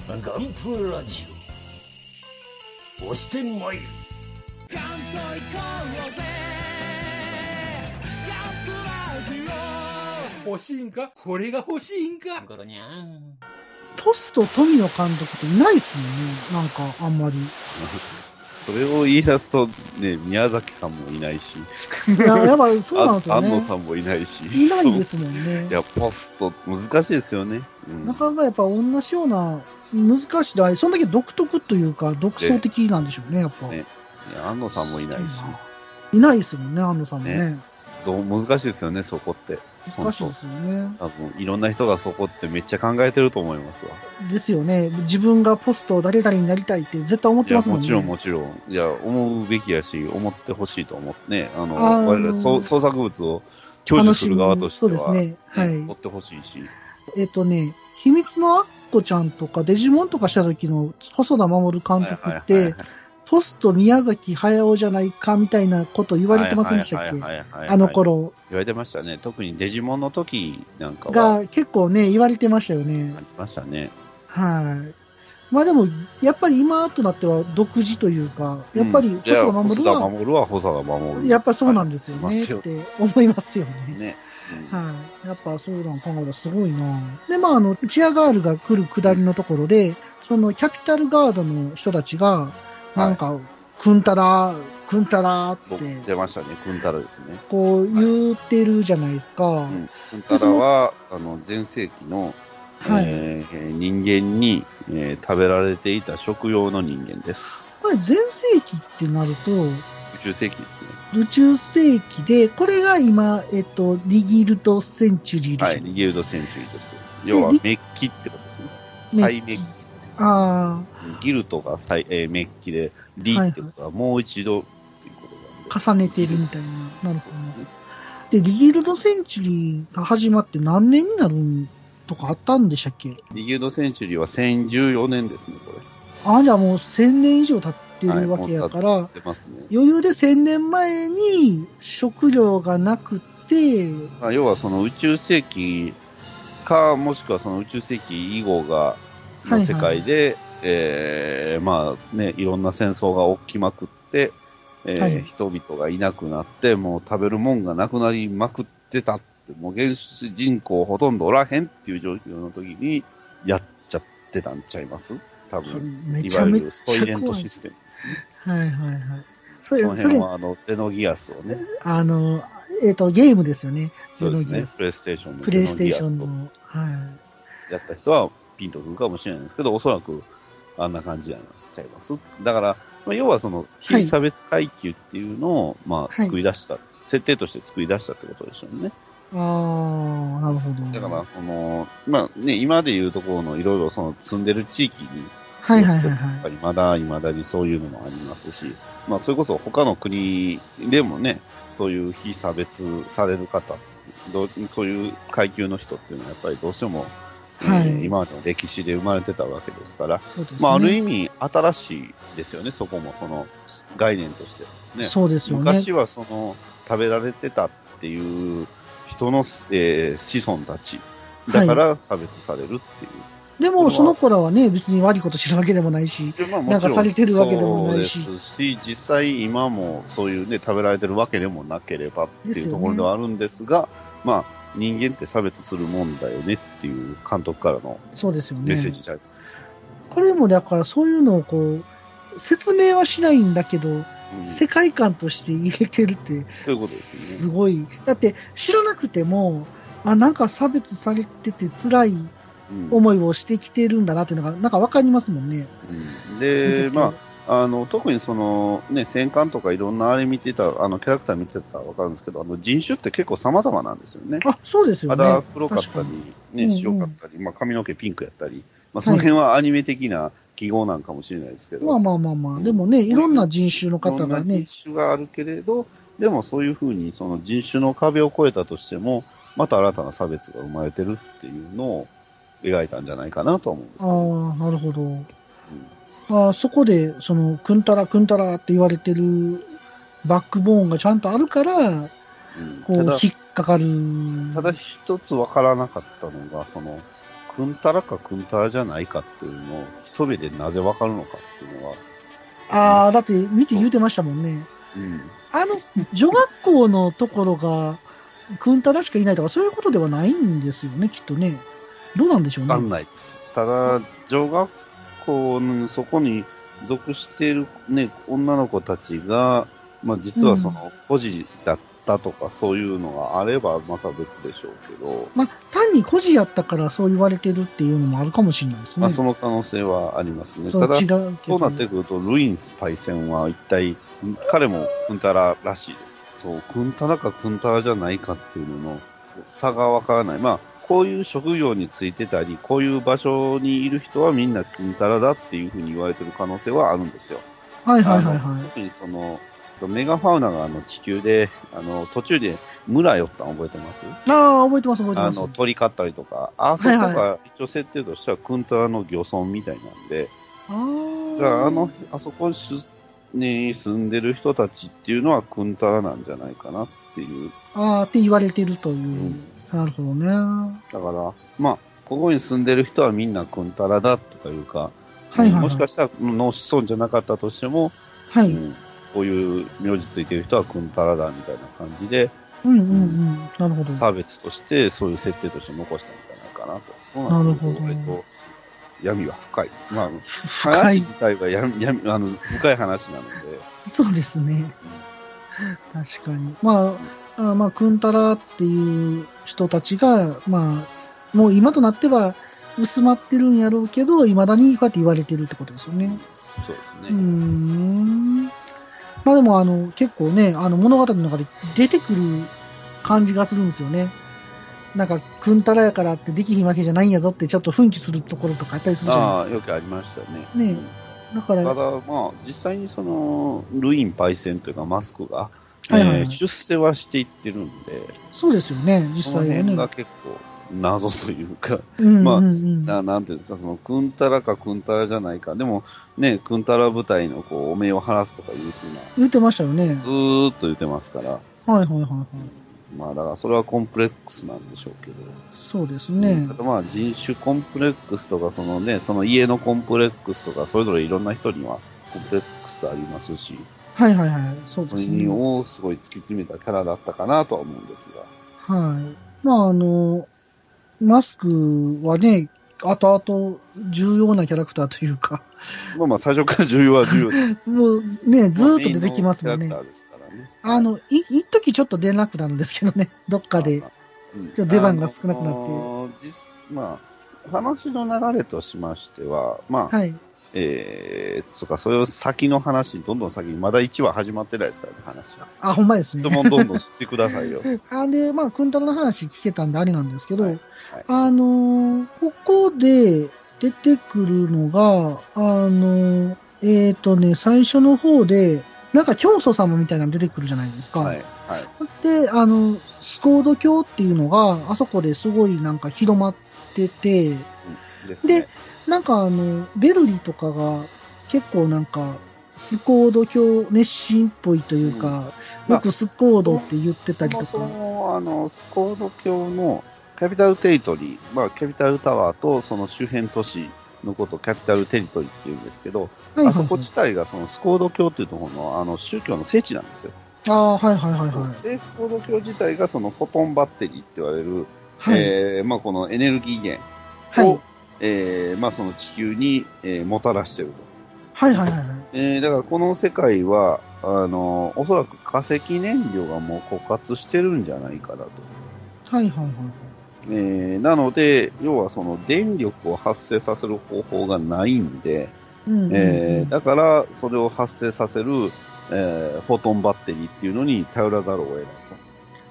S7: ガンプラジオ。押してまいる。
S6: 欲しいんかこれが欲しいんか
S1: に。ポスト富野監督っていないっすよね。なんか、あんまり。
S2: [LAUGHS] それを言い出すと、ね、宮崎さんもいないし、
S1: いや、やっぱそうなんです
S2: あ
S1: よ
S2: 安
S1: ね
S2: 野。さんもいないし。。
S1: いないですすもん
S2: い
S1: ね。
S2: や、ポスト、難しいですよね。うん
S1: なかなかやっぱ同じような、難しい。そんだけ独特というか、独創的なんでしょうね、やっぱ。
S2: ねいや安野さんもいないし、
S1: いないですもんね、安野さんもね。
S2: どう難しいですよね、そこって。
S1: 難しいですよね。
S2: 多分、いろんな人がそこってめっちゃ考えてると思いますわ。
S1: ですよね。自分がポスト誰々になりたいって絶対思っ
S2: い
S1: て
S2: や、
S1: ますもん
S2: も
S1: ね。
S2: ちろん、もちろん。いや、思うべきやし、思ってほしいと思ってね。あの、
S1: あー
S2: 我々、そう創作物を享受する側としては、
S1: 楽しみそうですねはい
S2: 追ってほしいし。
S1: えっとね、秘密のアッコちゃんとかデジモンとかした時の細田守監督っ
S2: はいはいはい
S1: て、ポスト宮崎駿じゃないかみたいなこと言われてませんでしたっけ
S2: け
S1: あの。頃
S2: 言われてましたね。特にデジモンの時なんかは、
S1: が結構ね、言われてましたよね
S2: あ。りましたね。
S1: はい。まあでも、やっぱり今となっては独自というか、やっぱり
S2: うん
S1: 細田守
S2: いや
S1: は、
S2: 細田守は細田守る。
S1: やっぱりそうなんですよ
S2: はい
S1: ね
S2: ま
S1: っ
S2: すよ
S1: て思いますよね。
S2: ね。うん
S1: はい。やっぱそうなん考えたらすごいなで、まあ、あの、チアガールが来る下りのところで、そのキャピタルガードの人たちが、なんか、くんたら、くんたらっ
S2: 僕
S1: て、
S2: 出ましたね。くんたらですね。
S1: こう言ってるじゃないですか。
S2: うんくんたらは、あの、前世紀の、
S1: はい
S2: えー人間に、えー食べられていた食用の人間です。
S1: これ全盛期ってなると、
S2: 宇宙世紀ですね。
S1: 宇宙世紀で、これが今、えっと、リギルド・センチュリーで
S2: は
S1: す
S2: い、
S1: よね。
S2: リギルドセンチュリーです。要は
S1: リ
S2: メッキってことですね。
S1: メ
S2: 再
S1: ッ
S2: メ
S1: キ
S2: ッキ。
S1: あ
S2: ギルトが再、えーメッキで、リってことはもう一度っていうことなん
S1: あ、重
S2: で
S1: ねてるみたいな。なるほどね。で、リギルド・センチュリーが始まって何年になるんとかあったんでしたっけ
S2: リギルドセンチュリーは1014年ですね、これ。
S1: あ、じゃあもう1000年以上経って
S2: はい
S1: るわけやから、
S2: もう経ってますね。
S1: 余裕で1000年前に食料がなくて、
S2: まあ、要はその宇宙世紀か、もしくはその宇宙世紀以後が、
S1: はいは
S2: の
S1: い
S2: 世界で、えーまあね、いろんな戦争が起きまくって、えー
S1: はい
S2: 人々がいなくなって、もう食べるもんがなくなりまくってたって、もう原始人口ほとんどおらへんっていう状況の時に、やっちゃってたんちゃいます多分。
S1: め
S2: い
S1: ちゃ
S2: わ
S1: め
S2: ゆ
S1: ち
S2: るストイレ
S1: ゃ
S2: ント
S1: 怖い
S2: シ。ステムです
S1: は
S2: ね。
S1: いはいはい。そ
S2: こ
S1: れ、
S2: の
S1: そ
S2: 辺
S1: れ、
S2: は、あの、ゼノギアスをね、
S1: あの、えっ、と、ゲームですよね。
S2: そうです
S1: ゼノギ
S2: ね
S1: ア、ス
S2: プレイステーションの
S1: プ
S2: ゼノ
S1: レイ
S2: ギアス
S1: ス
S2: を
S1: テーションの。は
S2: やった人はピンとくるかもしれないんですけど、おそらくあんな感じなんですちゃいます。だから、まあ、要はその、
S1: はい
S2: 非差別階級っていうのを、ま
S1: は
S2: あ、
S1: い
S2: 作り出した、設定として作り出したってことでしょうね。
S1: い。ああ、なるほど。
S2: だから、この、まあね、今でいうところのいろいろその住んでる地域に、
S1: はいはいはい
S2: やっ
S1: は
S2: ぱりまだ、未だにそういうのもありますし、まあ、それこそ他の国でもね、そういう非差別される方、どうそういう階級の人っていうのは、やっぱりどうしても、
S1: はい
S2: えー今までの歴史で生まれてたわけですから、
S1: い。そうですね。
S2: まあ、ある意味、新しいですよね、そこも、その概念として。ね
S1: そうですよね。
S2: 昔はその食べられてたっていう人の、えー子孫たち、だから差別されるっていう。
S1: でも、その子らはね、別に悪いことしてるわけでもないし。
S2: でまあ、
S1: なんかされてるわけでもないし
S2: そうですし、実際今もそういうね、食べられてるわけでもなければって
S1: で
S2: い
S1: す
S2: う
S1: よ
S2: と
S1: ね
S2: ころではあるんですが、まあ、人間って差別するもんだよねっていう監督からの
S1: そうですよね
S2: メッ。セージじゃない
S1: これもだからそういうのをこう、説明はしないんだけど、
S2: うん
S1: 世界観として入れてるって、
S2: そういうことです
S1: す
S2: ね。
S1: ごい。だって、知らなくても、あ、なんか差別されてて辛い
S2: うん
S1: 思いをしてきてるんだなっていうのが、なんかわかりますもんね。
S2: うんで、まあ、あの、特にその、ね、戦艦とかいろんなあれ見てた、あの、キャラクター見てたらわかるんですけど、あの、人種って結構様々なんですよね。
S1: あ、そうですよね。
S2: 肌黒かった
S1: 確に
S2: り、
S1: う
S2: ね、
S1: んうん
S2: 白かったり、まあ髪の毛ピンクやったり、まあ
S1: い
S2: その辺はアニメ的な記号なんかもしれないですけど、
S1: まあまあまあまあ、でもね、いろんな人種の
S2: いろ
S1: 方
S2: ん
S1: が
S2: な人
S1: ね、
S2: 種があるけれど、でもそういうふうにその人種の壁を越えたとしても、また新たな差別が生まれてるっていうのを描いたんじゃないかなとは思うんです
S1: あ
S2: けど
S1: あ、なるほど。まあ、そこで、その、くんたらくんたらって言われてるバックボーンがちゃんとあるから、
S2: うん
S1: こ
S2: うんた
S1: う
S2: だ、
S1: 引っかかる。
S2: ただ一つわからなかったのが、その、くんたらかくんたらじゃないかっていうのを、一目でなぜわかるのかっていうのは、
S1: ああ、だって見て言うてましたもんね。
S2: うん、
S1: あ
S2: [LAUGHS]
S1: の、女学校のところが、くんたらしかいないとか、そういうことではないんですよね、きっとね。どうなんでしょう
S2: わかん
S1: ね。
S2: ないです。ただ、女学校のそこに属している、ね、女の子たちが、まあ、実はその、孤児だったとか、そういうのがあれば、また別でしょうけど、
S1: まあ、単に孤児やったからそう言われてるっていうのもあるかもしれないですね。
S2: まあ、その可能性はありますね。
S1: そ
S2: た
S1: の
S2: だ、
S1: 違
S2: そう
S1: けど
S2: うなってくると、ルインスパイセンは一体、彼もクンタラらしいです。そう、クンタラかクンタラじゃないかっていうのの差がわからない。まあ、こういう職業についてたり、こういう場所にいる人はみんなクンタラだっていうふうに言われてる可能性はあるんですよ。
S1: はいはいはいはい。
S2: 特にその、メガファウナがあの地球で、あの、途中で村寄ったの覚えてます
S1: ああ、覚えてます覚えて
S2: あ
S1: ます。
S2: の、鳥飼ったりとか、あそことか、一応設定としてはクンタラの漁村みたいなんで、
S1: あー
S2: だからあの、あそこに住んでる人たちっていうのはクンタラなんじゃないかなっていう。
S1: あーって言われてるという。
S2: ん
S1: なるほどね。は
S2: だから、まあ、ここに住んでる人はみんなクンタラだとかいうか、
S1: いはい、はい。
S2: もしかしたらの子孫じゃなかったとしても、
S1: は
S2: う
S1: い。
S2: んこういう名字ついてる人はクンタラだみたいな感じで、
S1: うんうんうん。なるほど。
S2: 差別としてそういう設定として残したんじゃないかなと。そう
S1: な
S2: な
S1: る
S2: って
S1: ほ
S2: く
S1: ど
S2: ると割と闇は深い。まあ、
S1: 深
S2: 話
S1: い
S2: 自。体は闇闇あの深い話なので、
S1: そうですね。確かに。まあ、あまあ、くんたらっていう人たちが、まあ、もう今となっては、薄まってるんやろうけど、未だにこうやって言われてるってことですよね。
S2: そうですね。
S1: うーん。まあでも、あの、結構ね、あの、物語の中で出てくる感じがするんですよね。なんか、くんたらやからってできひんわけじゃないんやぞって、ちょっと奮起するところとかあったりするじゃ
S2: あ
S1: な
S2: あ、
S1: いで
S2: よくありましたね。
S1: ねすか。だ
S2: ただ、
S1: から、
S2: まあ、実際にその、ルインパイセンというかマスクが、
S1: はいはいはい
S2: えー出世はしていってるんで、
S1: そうですよね、実
S2: その
S1: 際は
S2: 辺
S1: ね
S2: が。結構謎というか、
S1: うん
S2: まあ
S1: うんうん
S2: ななんていうんですか、その、くんたらかくんたらじゃないか。でも、ね、くんたら部隊のこう、お目を晴らすとかいうふうな、
S1: 言ってましたよね。
S2: ずーっと言ってますから、
S1: はいはいはいはい。
S2: まあ、だからそれはコンプレックスなんでしょうけど。
S1: そうですね
S2: た。だまあ人種コンプレックスとか、そのね、その家のコンプレックスとか、それぞれいろんな人にはコンプレックスありますし、
S1: はいはいはい。そう
S2: そ
S1: で
S2: れ
S1: すね。
S2: をすごい突き詰めたキャラだったかなとは思うんですが。
S1: はい。まあ、あの、マスクはね、後々重要なキャラクターというか、
S2: まあまあ最初から重要は重要です。
S1: もうね、 [LAUGHS] ずーっと出てきますもんね
S2: ま。あメインのキャラクターですからね。
S1: あの、い、一時ちょっと出なくなるんですけどね、どっかで。
S2: うん、
S1: ちょっと出番が少なくなって
S2: あの実まあ、話の流れとしましては、まあ、
S1: はい。
S2: えー、つうか、それを先の話、どんどん先に、まだ1話始まってないですからね、
S1: [LAUGHS]
S2: 話は。
S1: あ、ほんまです
S2: 質
S1: ね。
S2: 問どんどんしてくださ
S1: [LAUGHS]
S2: いよ。
S1: あで、まあ、くんたらの話聞けたんであれなんですけど、
S2: はいはい
S1: あのーここで出てくるのが、あのーえっ、とね、最初の方で、なんか教祖様みたいなの出てくるじゃないですか。
S2: はい、はい。
S1: で、あの、スコード教っていうのが、あそこですごいなんか広まってて、
S2: ですね
S1: でなんかあの、ベルリとかが結構なんか、スコード教熱心っぽいというか、
S2: うん
S1: よくスコードって言ってたりと
S2: そ
S1: か。
S2: もそもあのスコード教のキャピタルテリトリー、まあ、キャピタルタワーとその周辺都市のことをキャピタルテリトリーっていうんですけど、
S1: はいはい
S2: あそこ
S1: はい
S2: 自体がそのスコード教っていうところのあの宗教の聖地なんですよ。
S1: ああ、はいはいはいはい。
S2: で、スコード教自体がそのフォトンバッテリーって言われる、
S1: はい。
S2: えーまあ、このエネルギー源
S1: はい
S2: を、。えーまあ、その地球に、えーもたらしてると。
S1: はいはいはいはい。
S2: えーだからこの世界は、あの、おそらく化石燃料がもう枯渇してるんじゃないかなと。
S1: はいはいはい。
S2: えーなので、要はその電力を発生させる方法がないんで、
S1: うんうんうん
S2: えーだからそれを発生させる、えーフォトンバッテリーっていうのに頼らざるを得ない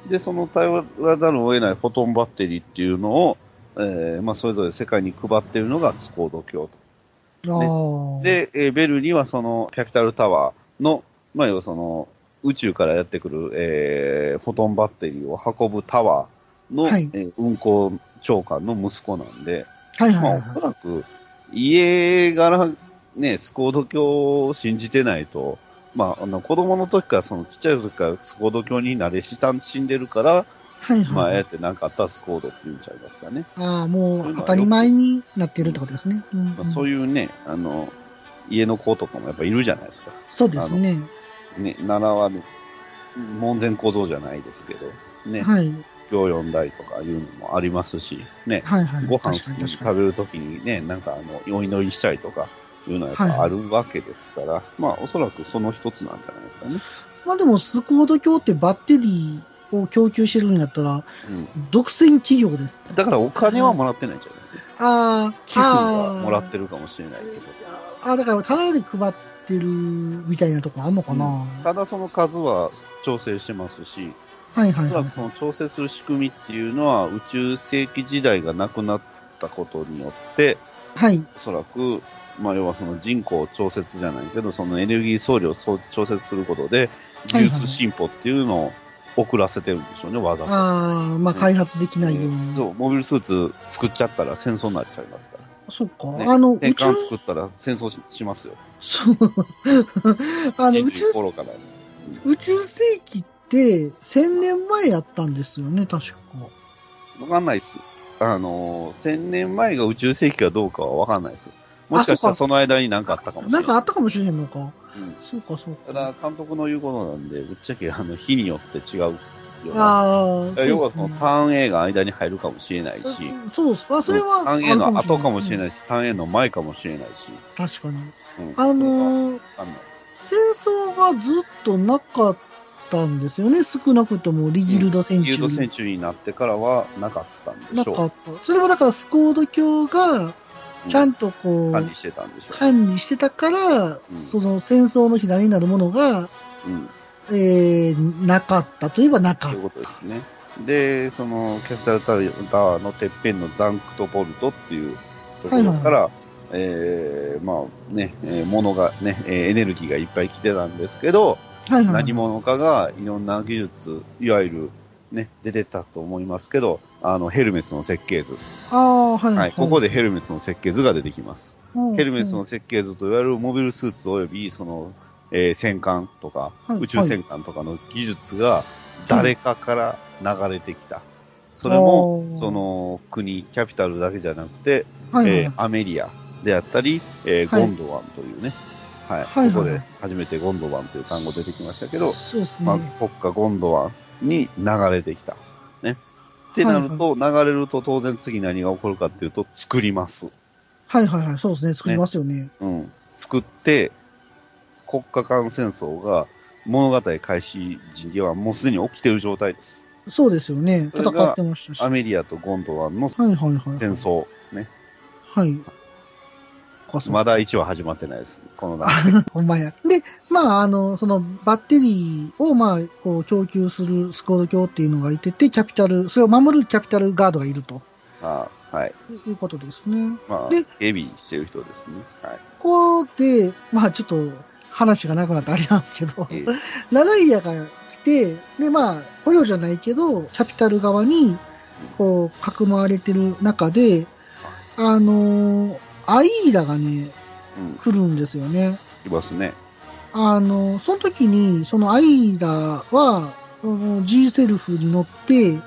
S2: と。で、その頼らざるを得ないフォトンバッテリーっていうのを、えーまあ、それぞれ世界に配っているのがスコード教と。
S1: ああ。
S2: で、えーベルにはそのキャピタルタワーの、まあ、要はその宇宙からやってくる、えーフォトンバッテリーを運ぶタワーの、
S1: はい
S2: えー運行長官の息子なんで、
S1: はいはい
S2: まあ、
S1: はい
S2: おそ
S1: は
S2: らく家柄、ね、スコード教を信じてないと、まあ、あの子供の時から、そのちっちゃい時からスコード教に慣れ親しんでるから、
S1: い。
S2: ま
S1: は
S2: あ、ああ
S1: いは
S2: や
S1: い。
S2: ってなんかあったらスコードって言うんちゃいますかね。
S1: ああ、もう当たり前になってるってことですね。うん
S2: ま
S1: う
S2: あ、そ
S1: ん
S2: ういうね、あの、家の子とかもやっぱいるじゃないですか。
S1: そうですね。
S2: ね、習わぬ、門前小僧じゃないですけど、ね、
S1: はい。
S2: 今日読んだりとかいうのもありますし、ね、
S1: はいはい。
S2: ご飯
S1: 確かに確
S2: 食
S1: かに。
S2: べるときにね、なんかあの、お祈りしたりとかいうのはやっ
S1: はい
S2: ぱあるわけですから、まあおそらくその一つなんじゃないですかね。
S1: まあでも、スコード教ってバッテリーを供給してるんやったら、
S2: うん。
S1: 独占企業です。
S2: だからお金はもらってないんじゃないですか。
S1: ああ、
S2: 寄付はもらっ
S1: る。
S2: てるかもしれないけど。
S1: ああ、だから、ただで配ってるみたいなとこあんのかな、
S2: う
S1: は
S2: ただその数は調整してますし、
S1: いは
S2: お
S1: い
S2: そ
S1: は
S2: ら
S1: い
S2: く。その調整する仕組みっていうのは宇宙世紀時代がなくなったことによって、
S1: はい。
S2: おそらく、まあ、要はその人口調節じゃないけど、そのエネルギー総量をそう調節することで、
S1: はいはい
S2: 技術進歩っていうのを遅らせてるんでしょうね、わざと。
S1: ああ、まあ開発できないよう
S2: えー
S1: に。
S2: そうモビルスーツ作っちゃったら戦争になっちゃいますから。
S1: そっか。
S2: ね
S1: あの、
S2: 年
S1: 宇宙、
S2: 間作ったら戦争ししますよ。
S1: そう。あの、宇宙
S2: 人類、頃から、ね。
S1: 宇宙世紀って1000年前やったんですよね、確か。
S2: わかんないっす。あのー、1000年前が宇宙世紀かどうかはわかんないです。もしかした
S1: あ
S2: ら
S1: そ
S2: その間に何かあったかもしれな。
S1: ないんかあったかもしれへんのか。
S2: うん
S1: そうか、そう
S2: た
S1: か。
S2: だ、監督の言うことなんで、ぶっちゃけ、あの、日によって違うような
S1: ああ、そう
S2: 要
S1: で
S2: は
S1: す
S2: その
S1: ね
S2: タ。ーン A が間に入るかもしれないし、
S1: そうそうあ、それは、
S2: ターン A の後かもしれ
S1: い
S2: ないし、ターン A の前かもしれないし、
S1: ですね。確かに。
S2: うん
S1: あ
S2: それは
S1: のー
S2: わかんない
S1: 戦争がずっとなかっったんですよね。少なくともリギルド戦
S2: ギルド
S1: 中
S2: 戦中になってからはなかったんで
S1: な
S2: しょ
S1: か
S2: う
S1: っ。た。それもだからスコード教が
S2: う
S1: ちゃんとこ
S2: 管理
S1: う
S2: してたんでしょ
S1: 管理してたから、
S2: ん
S1: その戦争の火種になるものが、
S2: う。うん。
S1: えー、なかったといえばなか
S2: と
S1: っ
S2: いう
S1: た。
S2: ことですね。で、その、キャスタルタワーのてっぺんのザンクトボルトっていうところから、えーまあね、えー物がね、えーエネルギーがいっぱい来てたんですけど、
S1: はいはい。
S2: 何者かがいろんな技術、いわゆるね、出てたと思いますけど、あの、ヘルメスの設計図。
S1: ああ、はい、
S2: はい、ここ
S1: で、
S2: でヘルメスの設計図が出てきます。ヘルメス
S1: うん
S2: の設計図といわゆるモビルスーツ及びその、えー戦艦とか、
S1: はい
S2: 宇宙戦艦とかの技術が誰かから流れてきた。それも
S1: おー、
S2: その国、キャピタルだけじゃなくて、
S1: はいはい
S2: えーアメリアであったり、えー
S1: はい
S2: ゴンドワンというね、はい、
S1: はいはい
S2: ここで初めてゴンドワンという単語出てきましたけど、
S1: そうですね。
S2: まあ、国家ゴンドワンに流れてきた。ね。ってなると、流れると当然次何が起こるかっていうと、作ります。
S1: はいはいはい、そうですね。作りますよね。
S2: うん、作って、国家間戦争が物語開始時にはもうすでに起きてる状態です。
S1: そうですよね。
S2: それが
S1: 戦ってましたし。
S2: ア
S1: はい
S2: メリアとゴンドワンの
S1: はいはい。
S2: 戦争。ね。
S1: はい。こそ
S2: まだ1話始まってないです。この中
S1: [LAUGHS] ほんまや。で、まあ、あの、そのバッテリーを、まあ、こう、供給するスコード教っていうのがいてて、キャピタル、それを守るキャピタルガードがいると
S2: あはい。
S1: いうことですね。
S2: まあ
S1: で、
S2: 警備してる人ですね。はい。
S1: ここで、まあ、ちょっと話がなくなってあれなんですけど、
S2: ええ
S1: ラライアが来て、で、まあ、捕虜じゃないけど、キャピタル側に、こう、かくまわれてる中で、あのーアイーラがね、
S2: うん。
S1: 来るんですよね。
S2: いますね。
S1: あの、その時に、そのアイラは、その G セルフに乗って、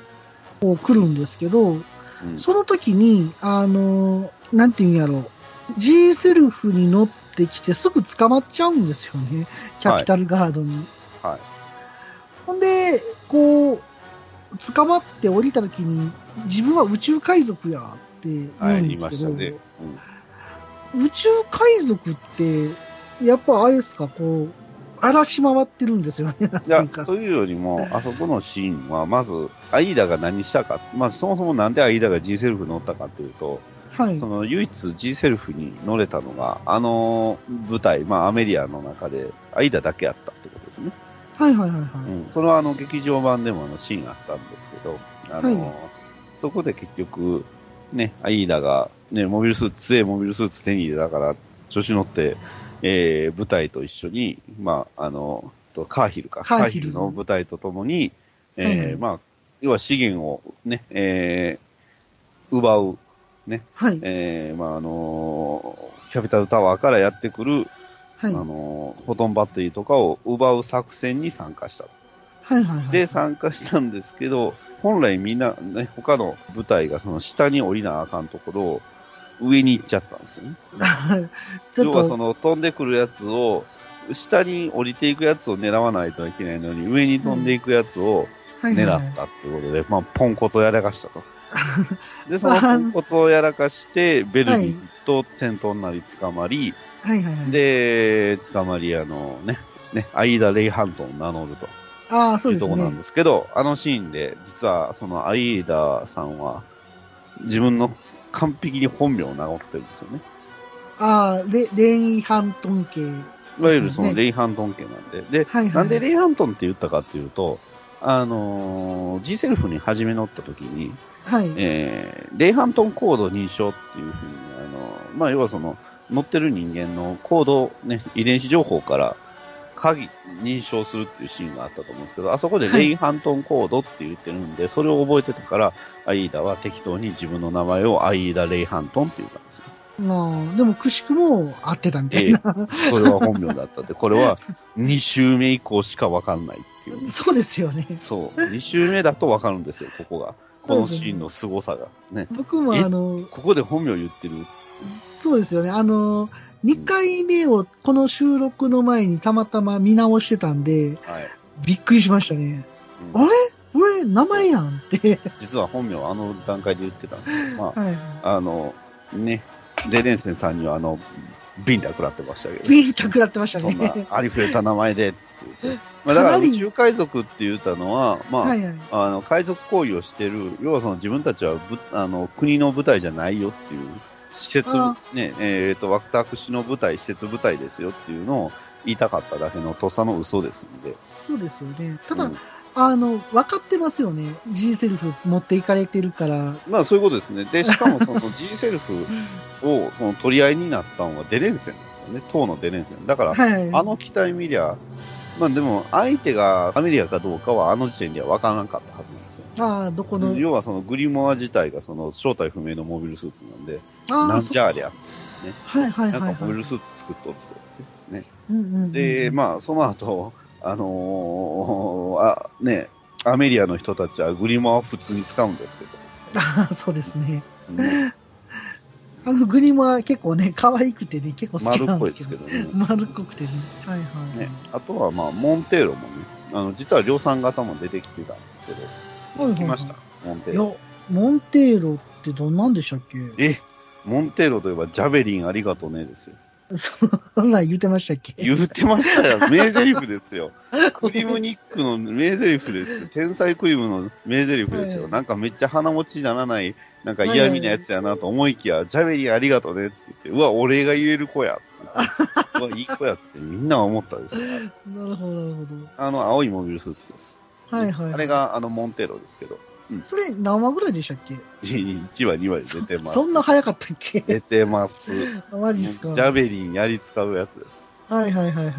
S1: こう来るんですけど、
S2: うん。
S1: その時に、あの、なんていうんやろ、G セルフに乗ってきてすぐ捕まっちゃうんですよね。キャピタルガードに。
S2: はい。
S1: ほんで、こう、捕まって降りた時に、自分は宇宙海賊やって
S2: は
S1: 言う
S2: い、
S1: ん
S2: 言
S1: で
S2: い
S1: す
S2: ま
S1: け
S2: した
S1: ど、
S2: ね。うん。
S1: 宇宙海賊って、やっぱあれですか、こう、荒らし回ってるんですよね、なん
S2: い
S1: てい
S2: や、
S1: うか。
S2: というよりも、あそこのシーンは、まず、アイラが何したか。まあ、そもそもなんでアイラが G セルフ乗ったかというと、
S1: はい
S2: そ。の唯一 G セルフに乗れたのが、あの舞台、まあ、アメリアの中で、アイダだけあったってことですね。
S1: はいはいはいはい。
S2: うん、それはあの劇場版でもあのシーンあったんですけど、あの
S1: はい
S2: そこで結局、ね、アイダが、ね、モビルスーツ、強いモビルスーツ手に入れたから、調子乗って、えー、舞台と一緒に、まあ、あの、とカーヒルか、
S1: カ
S2: カ
S1: ー
S2: ー
S1: ヒ
S2: ヒ
S1: ル
S2: ルの舞台とともに、えー
S1: はい
S2: まあ、要は資源をね、えー、奪う、
S1: はい。
S2: えーまああのーキャピタルタワーからやってくる、
S1: はい。
S2: あ
S1: はい
S2: のーフォトンバッテリーとかを奪う作戦に参加した。
S1: はいはい。
S2: で、参加したんですけど、本来みんな、ね、他の部隊がその下に降りなあかんところを上に行っちゃったんですよね。
S1: ちょ
S2: 要
S1: っ
S2: はそ
S1: と、
S2: の飛んでくるやつを、下に降りていくやつを狙わないといけないのに、上に飛んでいくやつを
S1: はい
S2: 狙
S1: はいはい
S2: ったってことで、まあ、ポンコツをやらかしたと。で、そのポンコツをやらかして、ベルギーと戦闘になり捕まり、
S1: はいはいはい。
S2: で、捕まり、あのね、ね、アイダ・レイハントを名乗ると
S1: ああ、そう
S2: い
S1: で
S2: うと
S1: す
S2: こなん
S1: ね
S2: で。すけど、あのシーンで、実はそのアイダさんは、自分の完璧に本名を名乗ってるんですよね。
S1: ああ、で、レイハントン系。
S2: いわゆるそ
S1: ですよ
S2: の
S1: ね
S2: レイハントン家なんで。で、
S1: はいはい。
S2: なんでレイハントンって言ったかっていうと、あのー、G セルフに初め乗った時に、
S1: はい。
S2: えーレイハントンコード認証っていうふうに、あの、まあ、要はその、乗ってる人間のコード、ね、遺伝子情報から鍵、認証するっていうシーンがあったと思うんですけど、あそこで
S1: はい
S2: レイハントンコードって言ってるんで、それを覚えてたから、アイーダは適当に自分の名前をアイーダ・レイハントンって言った
S1: [LAUGHS]
S2: んですよ。
S1: まあ、でも、くしくも合ってたみたいな。
S2: それは本名だったって、これは2周目以降しかわかんないっていうね。
S1: そうですよね。
S2: そう、2周目だとわかるんですよ、ここが。このシーンの凄さが。ね。
S1: 僕も、
S2: え
S1: あの、
S2: ここで本名言ってる
S1: そうですよね。あの、2回目をこの収録の前にたまたま見直してたんで、
S2: はい。
S1: びっくりしましたね。
S2: うん
S1: あれ俺、名前やんって。
S2: 実は本名はあの段階で言ってたんですけど、ま
S1: はい。
S2: あ、あの、ね、デレンセンさんにはあの、ビンタ食らってましたけど、
S1: ビンタ食らってました
S2: そんな
S1: ね。
S2: ありふれた名前で言うてまあ、だから
S1: かなり
S2: 宇宙海賊って言ったのは、まあ、
S1: [LAUGHS] はいはい。
S2: あの、海賊行為をしてる、要はその自分たちはぶあの国の舞台じゃないよっていう、施設
S1: あ、
S2: ね、えっ、と、私の舞台、施設舞台ですよっていうのを言いたかっただけの土佐の嘘ですんで。
S1: そうですよね。ただ、
S2: うん
S1: あの、分かってますよね。G セルフ持っていかれてるから。
S2: まあそういうことですね。
S1: [LAUGHS]
S2: で、しかもその G セルフをその取り合いになったのはデレンセンですよね。党のデレンセン。だから、
S1: はい。
S2: あの機体見りゃ、まあでも相手がアメリアかどうかはあの時点では分からなかったはずなんですよ。
S1: ああ、どこの、
S2: 要はそのグリモア自体がその正体不明のモビルスーツなんで、
S1: あ
S2: な
S1: あ、
S2: ん
S1: そ
S2: じゃありゃ。
S1: はいはい
S2: なん
S1: はい、
S2: か
S1: はい
S2: モビルスーツ作っとるぞってね。
S1: うんうんうん。
S2: で、まあ、その後、あのーあ、ね、アメリアの人たちはグリモアを普通に使うんです
S1: [LAUGHS]
S2: け
S1: ああ、 [LAUGHS] そうですね。
S2: ど、ね
S1: あの、グリムは結構ね、可愛くてね、結構好き
S2: 丸
S1: な
S2: っ
S1: んで
S2: こい
S1: す
S2: で
S1: け
S2: す
S1: ど。
S2: けどね。
S1: 丸っこくてね。はいはい。
S2: ねあとは、まあ、モンテーロもね、あの、実は量産型も出てきてたんですけど、
S1: いはいはい
S2: 聞きました、モンテー
S1: い
S2: ロ。
S1: や、モンテーロってどんなんでしたっけ [LAUGHS]
S2: え、モンテーロといえばジャベリンありがとうねですよ。
S1: そんなん言ってましたっけ
S2: 言ってまし
S1: [LAUGHS]
S2: たよ。名台詞ですよ。クリムニックの名台詞ですよ。天才クリムの名台詞ですよ。
S1: はい
S2: なんかめっちゃ鼻持ちにならない、なんか嫌味なやつやなと思いきや、ジャベリンありがとうねって言って、うわ、お礼が言え
S1: [LAUGHS]
S2: る子やって。うわ、いい子やってみんな思ったんですよ。
S1: なるほど、なるほど。
S2: あの、青いモビルスーツです。
S1: はいはい。
S2: あれ。が、あの、モンテロですけど、
S1: それ何話ぐらいでしたっけ
S2: 1話、2話
S1: そ
S2: で出てます
S1: そ。んな早かったっけ
S2: 出てます。
S1: [LAUGHS] マジ
S2: ジ
S1: っすか
S2: ャベリンやり使うやつです。
S1: はいはいはいは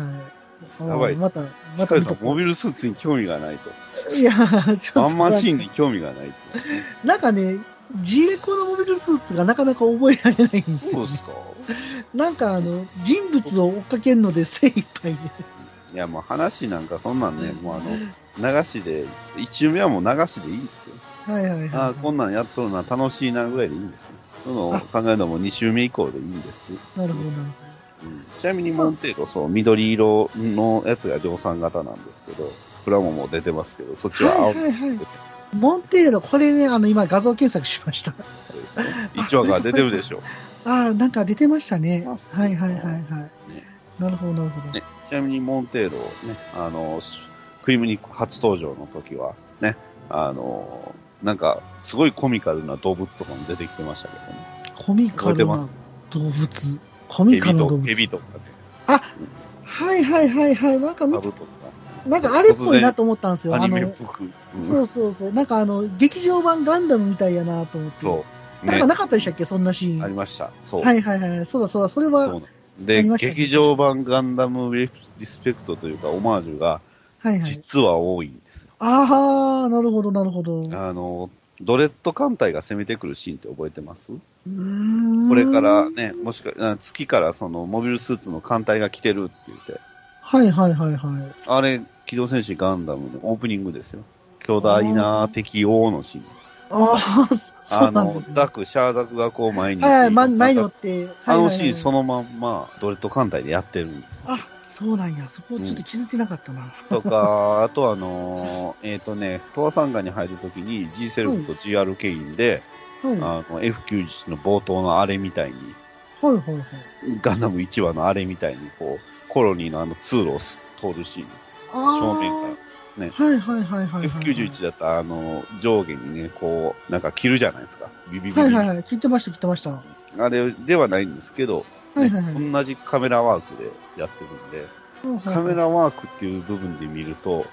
S1: い。
S2: やばい
S1: あーまた、また
S2: 彼
S1: 見
S2: さ
S1: と
S2: ん、
S1: こ
S2: モビルスーツに興味がないと。
S1: う。いや、ちょ
S2: ワ
S1: っ
S2: ンマンシーン
S1: と、
S2: に興味がないと。
S1: なんかね、ジエコのモビルスーツがなかなか覚えられないんです
S2: そう
S1: よ
S2: で
S1: ね、
S2: すか。
S1: なんかあの、人物を追っかけるので精一杯で。
S2: いや、もう話なんかそんなんね、もうあの、流しで、一周目はもう流しでいいんですよ。
S1: はいはいはい。
S2: ああ、こんなんやっとるな、楽しいなぐらいでいいんですよ。その考えるのも二周目以降でいいんです。
S1: なるほどなるほ
S2: うんちなみにモンテーロ、そう、緑色のやつが量産型なんですけど、プラモも出てますけど、そっちは青
S1: はいはいはい
S2: 出て
S1: ど。モンテーロ、これね、あの、今画像検索しました。
S2: ますね一話から出てるでしょ
S1: ああ、なんか出てましたね。
S2: あそう
S1: はいはいはいはい。
S2: ね
S1: なるほど、なるほど。
S2: ね、ちなみにモンテーロ、ね、あの、しクリムニック初登場の時は、ね、あの、なんか、すごいコミカルな動物とかも出てきてましたけどね。
S1: コミカ
S2: 覚えて
S1: ル
S2: ま
S1: な
S2: す
S1: 動物。コミ
S2: エ
S1: カル
S2: ビ
S1: な動
S2: と
S1: 物。
S2: エビとかね、
S1: はいはいはいはい。なんか
S2: カ
S1: 見
S2: ブ
S1: て
S2: とか、
S1: なんかあれっぽいなと思ったんですよ。
S2: ア
S1: あ
S2: ニメっ
S1: の、
S2: ぽく。うん
S1: そうそうそう。なんかあの、劇場版ガンダムみたいやなと思って。
S2: そう。
S1: なん
S2: ね
S1: か、なかったでしたっけそんなシーン。
S2: ありました。そう。
S1: はいはいはい。そうだそうだ。それ
S2: そうな
S1: は、
S2: んです
S1: あ
S2: で、
S1: りましたね
S2: 劇場版ガンダムリスペクトというか、オマージュが、
S1: はいはい。
S2: 実は多いんですよ。
S1: ああ、なるほどなるほど。う
S2: あの、ドレッド艦隊が攻めてくるシーンって覚えてます
S1: ーん
S2: これから。ね、もしか、あ月からそのモビルスーツの艦隊が来てるって言って、
S1: はいはいはいはい。
S2: あれ、機動戦士ガンダムのオープニングですよ。巨大な敵王のシーン。
S1: ああ、そそう
S2: あ
S1: なん
S2: の
S1: です、ね
S2: ザ。ク、シャーザクがこう前に。
S1: はいはい、ま前に乗
S2: なん
S1: っ
S2: か
S1: て。はい
S2: あ
S1: はい
S2: の
S1: はい
S2: シーンそのまんま、ドレッド艦隊でやってるんです
S1: [LAUGHS]
S2: よ。
S1: あ、そうなんや。そこちょっと気づいてなかったな。
S2: とか、あとあのーえっ、とね、トワサンガに入るときに G セルフと GR ケインで、
S1: はい。はい
S2: あの F91 の冒頭のあれみたいに、
S1: はいはい。
S2: ガンダム1話のあれみたいに、こう、コロニーのあの通路を通るシーン、
S1: ああ。
S2: 正面から。
S1: はいはいはいはいはい。
S2: F91 だったら、あの、上下にね、こう、なんか着るじゃないですか。ビビビビ。
S1: はいはいはい。聞いてました、聞いてました。は
S2: あれではないんですけど、
S1: いはいはい。
S2: 同じカメラワークでやってるんで、カメラワークっていう部分で見ると、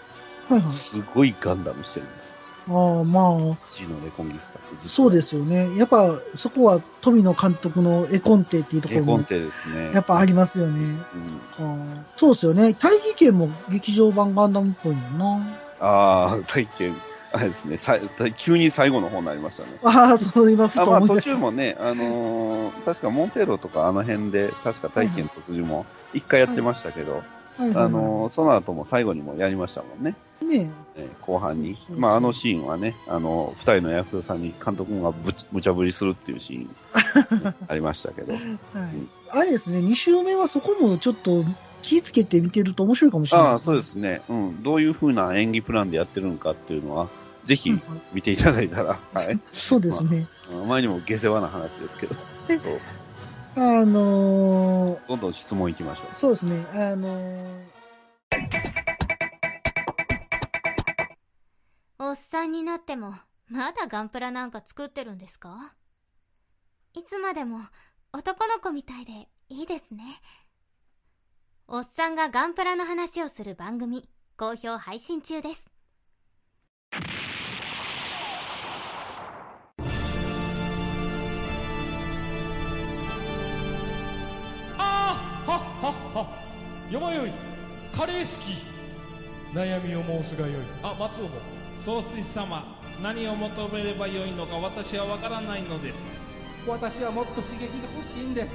S1: はいはい。
S2: すごいガンダムしてるんです。
S1: ああ、まあ、
S2: G のレコンギスタって実は
S1: そうですよね。やっぱ、そこは富野監督の絵コンテっていうとこ
S2: 絵
S1: ろ
S2: コ
S1: も
S2: ン、テですね。
S1: やっぱありますよね。
S2: うん
S1: そっかそうですよね。大義拳も劇場版ガンダムっぽいもんな。
S2: [LAUGHS] ああ、体験、あれですね、さ急に最後の方になりましたね。
S1: ああ、そう、今、ふと
S2: あまあ、
S1: 思い
S2: 途
S1: 出し
S2: 中
S1: た。
S2: もね、あのー確かモンテーロとかあの辺で、確か体験突入も一回やってましたけど、
S1: はいはいはい
S2: あのーその後も最後にもやりましたもんね、
S1: ね
S2: えー後半
S1: そ
S2: に
S1: う。そうそう
S2: まあ、あのシーンはね、あの、二人の役者さんに監督がぶち無茶ぶりするっていうシーン、
S1: [LAUGHS]
S2: ねありましたけど。
S1: はい
S2: うん。
S1: あれですね、2周目はそこもちょっと気ぃつけて見てると面白いかもしれない
S2: ああ、そうですね。うん。どういう風な演技プランでやってるのかっていうのは、ぜひ
S1: うんうん
S2: 見ていただいたら、はい。
S1: そうです
S2: [LAUGHS]
S1: ね。
S2: 前にも下世話な話ですけど、
S1: で
S2: そう
S1: あのー
S2: どんどん質問いきましょう。
S1: そうですね、あのー
S8: おっさんになっても、まだガンプラなんか作ってるんですかいつまでも、男の子みたいでいいですね。おっさんがガンプラの話をする番組、好評配信中です。
S9: あーはっはっは山よいカレー好き悩みを申すがよいあ松尾も
S10: 総帥様何を求めればよいのか私は分からないのです私はもっと刺激が欲しいんです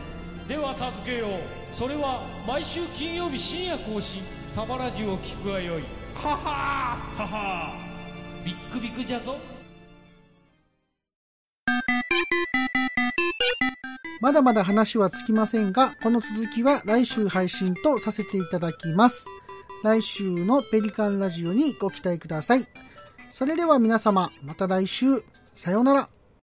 S9: では助けようそれは毎週金曜日深夜更新サバラジュを聞くがよいははーははービックビックじゃぞ
S1: まだまだ話は尽きませんが、この続きは来週配信とさせていただきます。来週のペリカンラジオにご期待ください。それでは皆様、また来週。さようなら。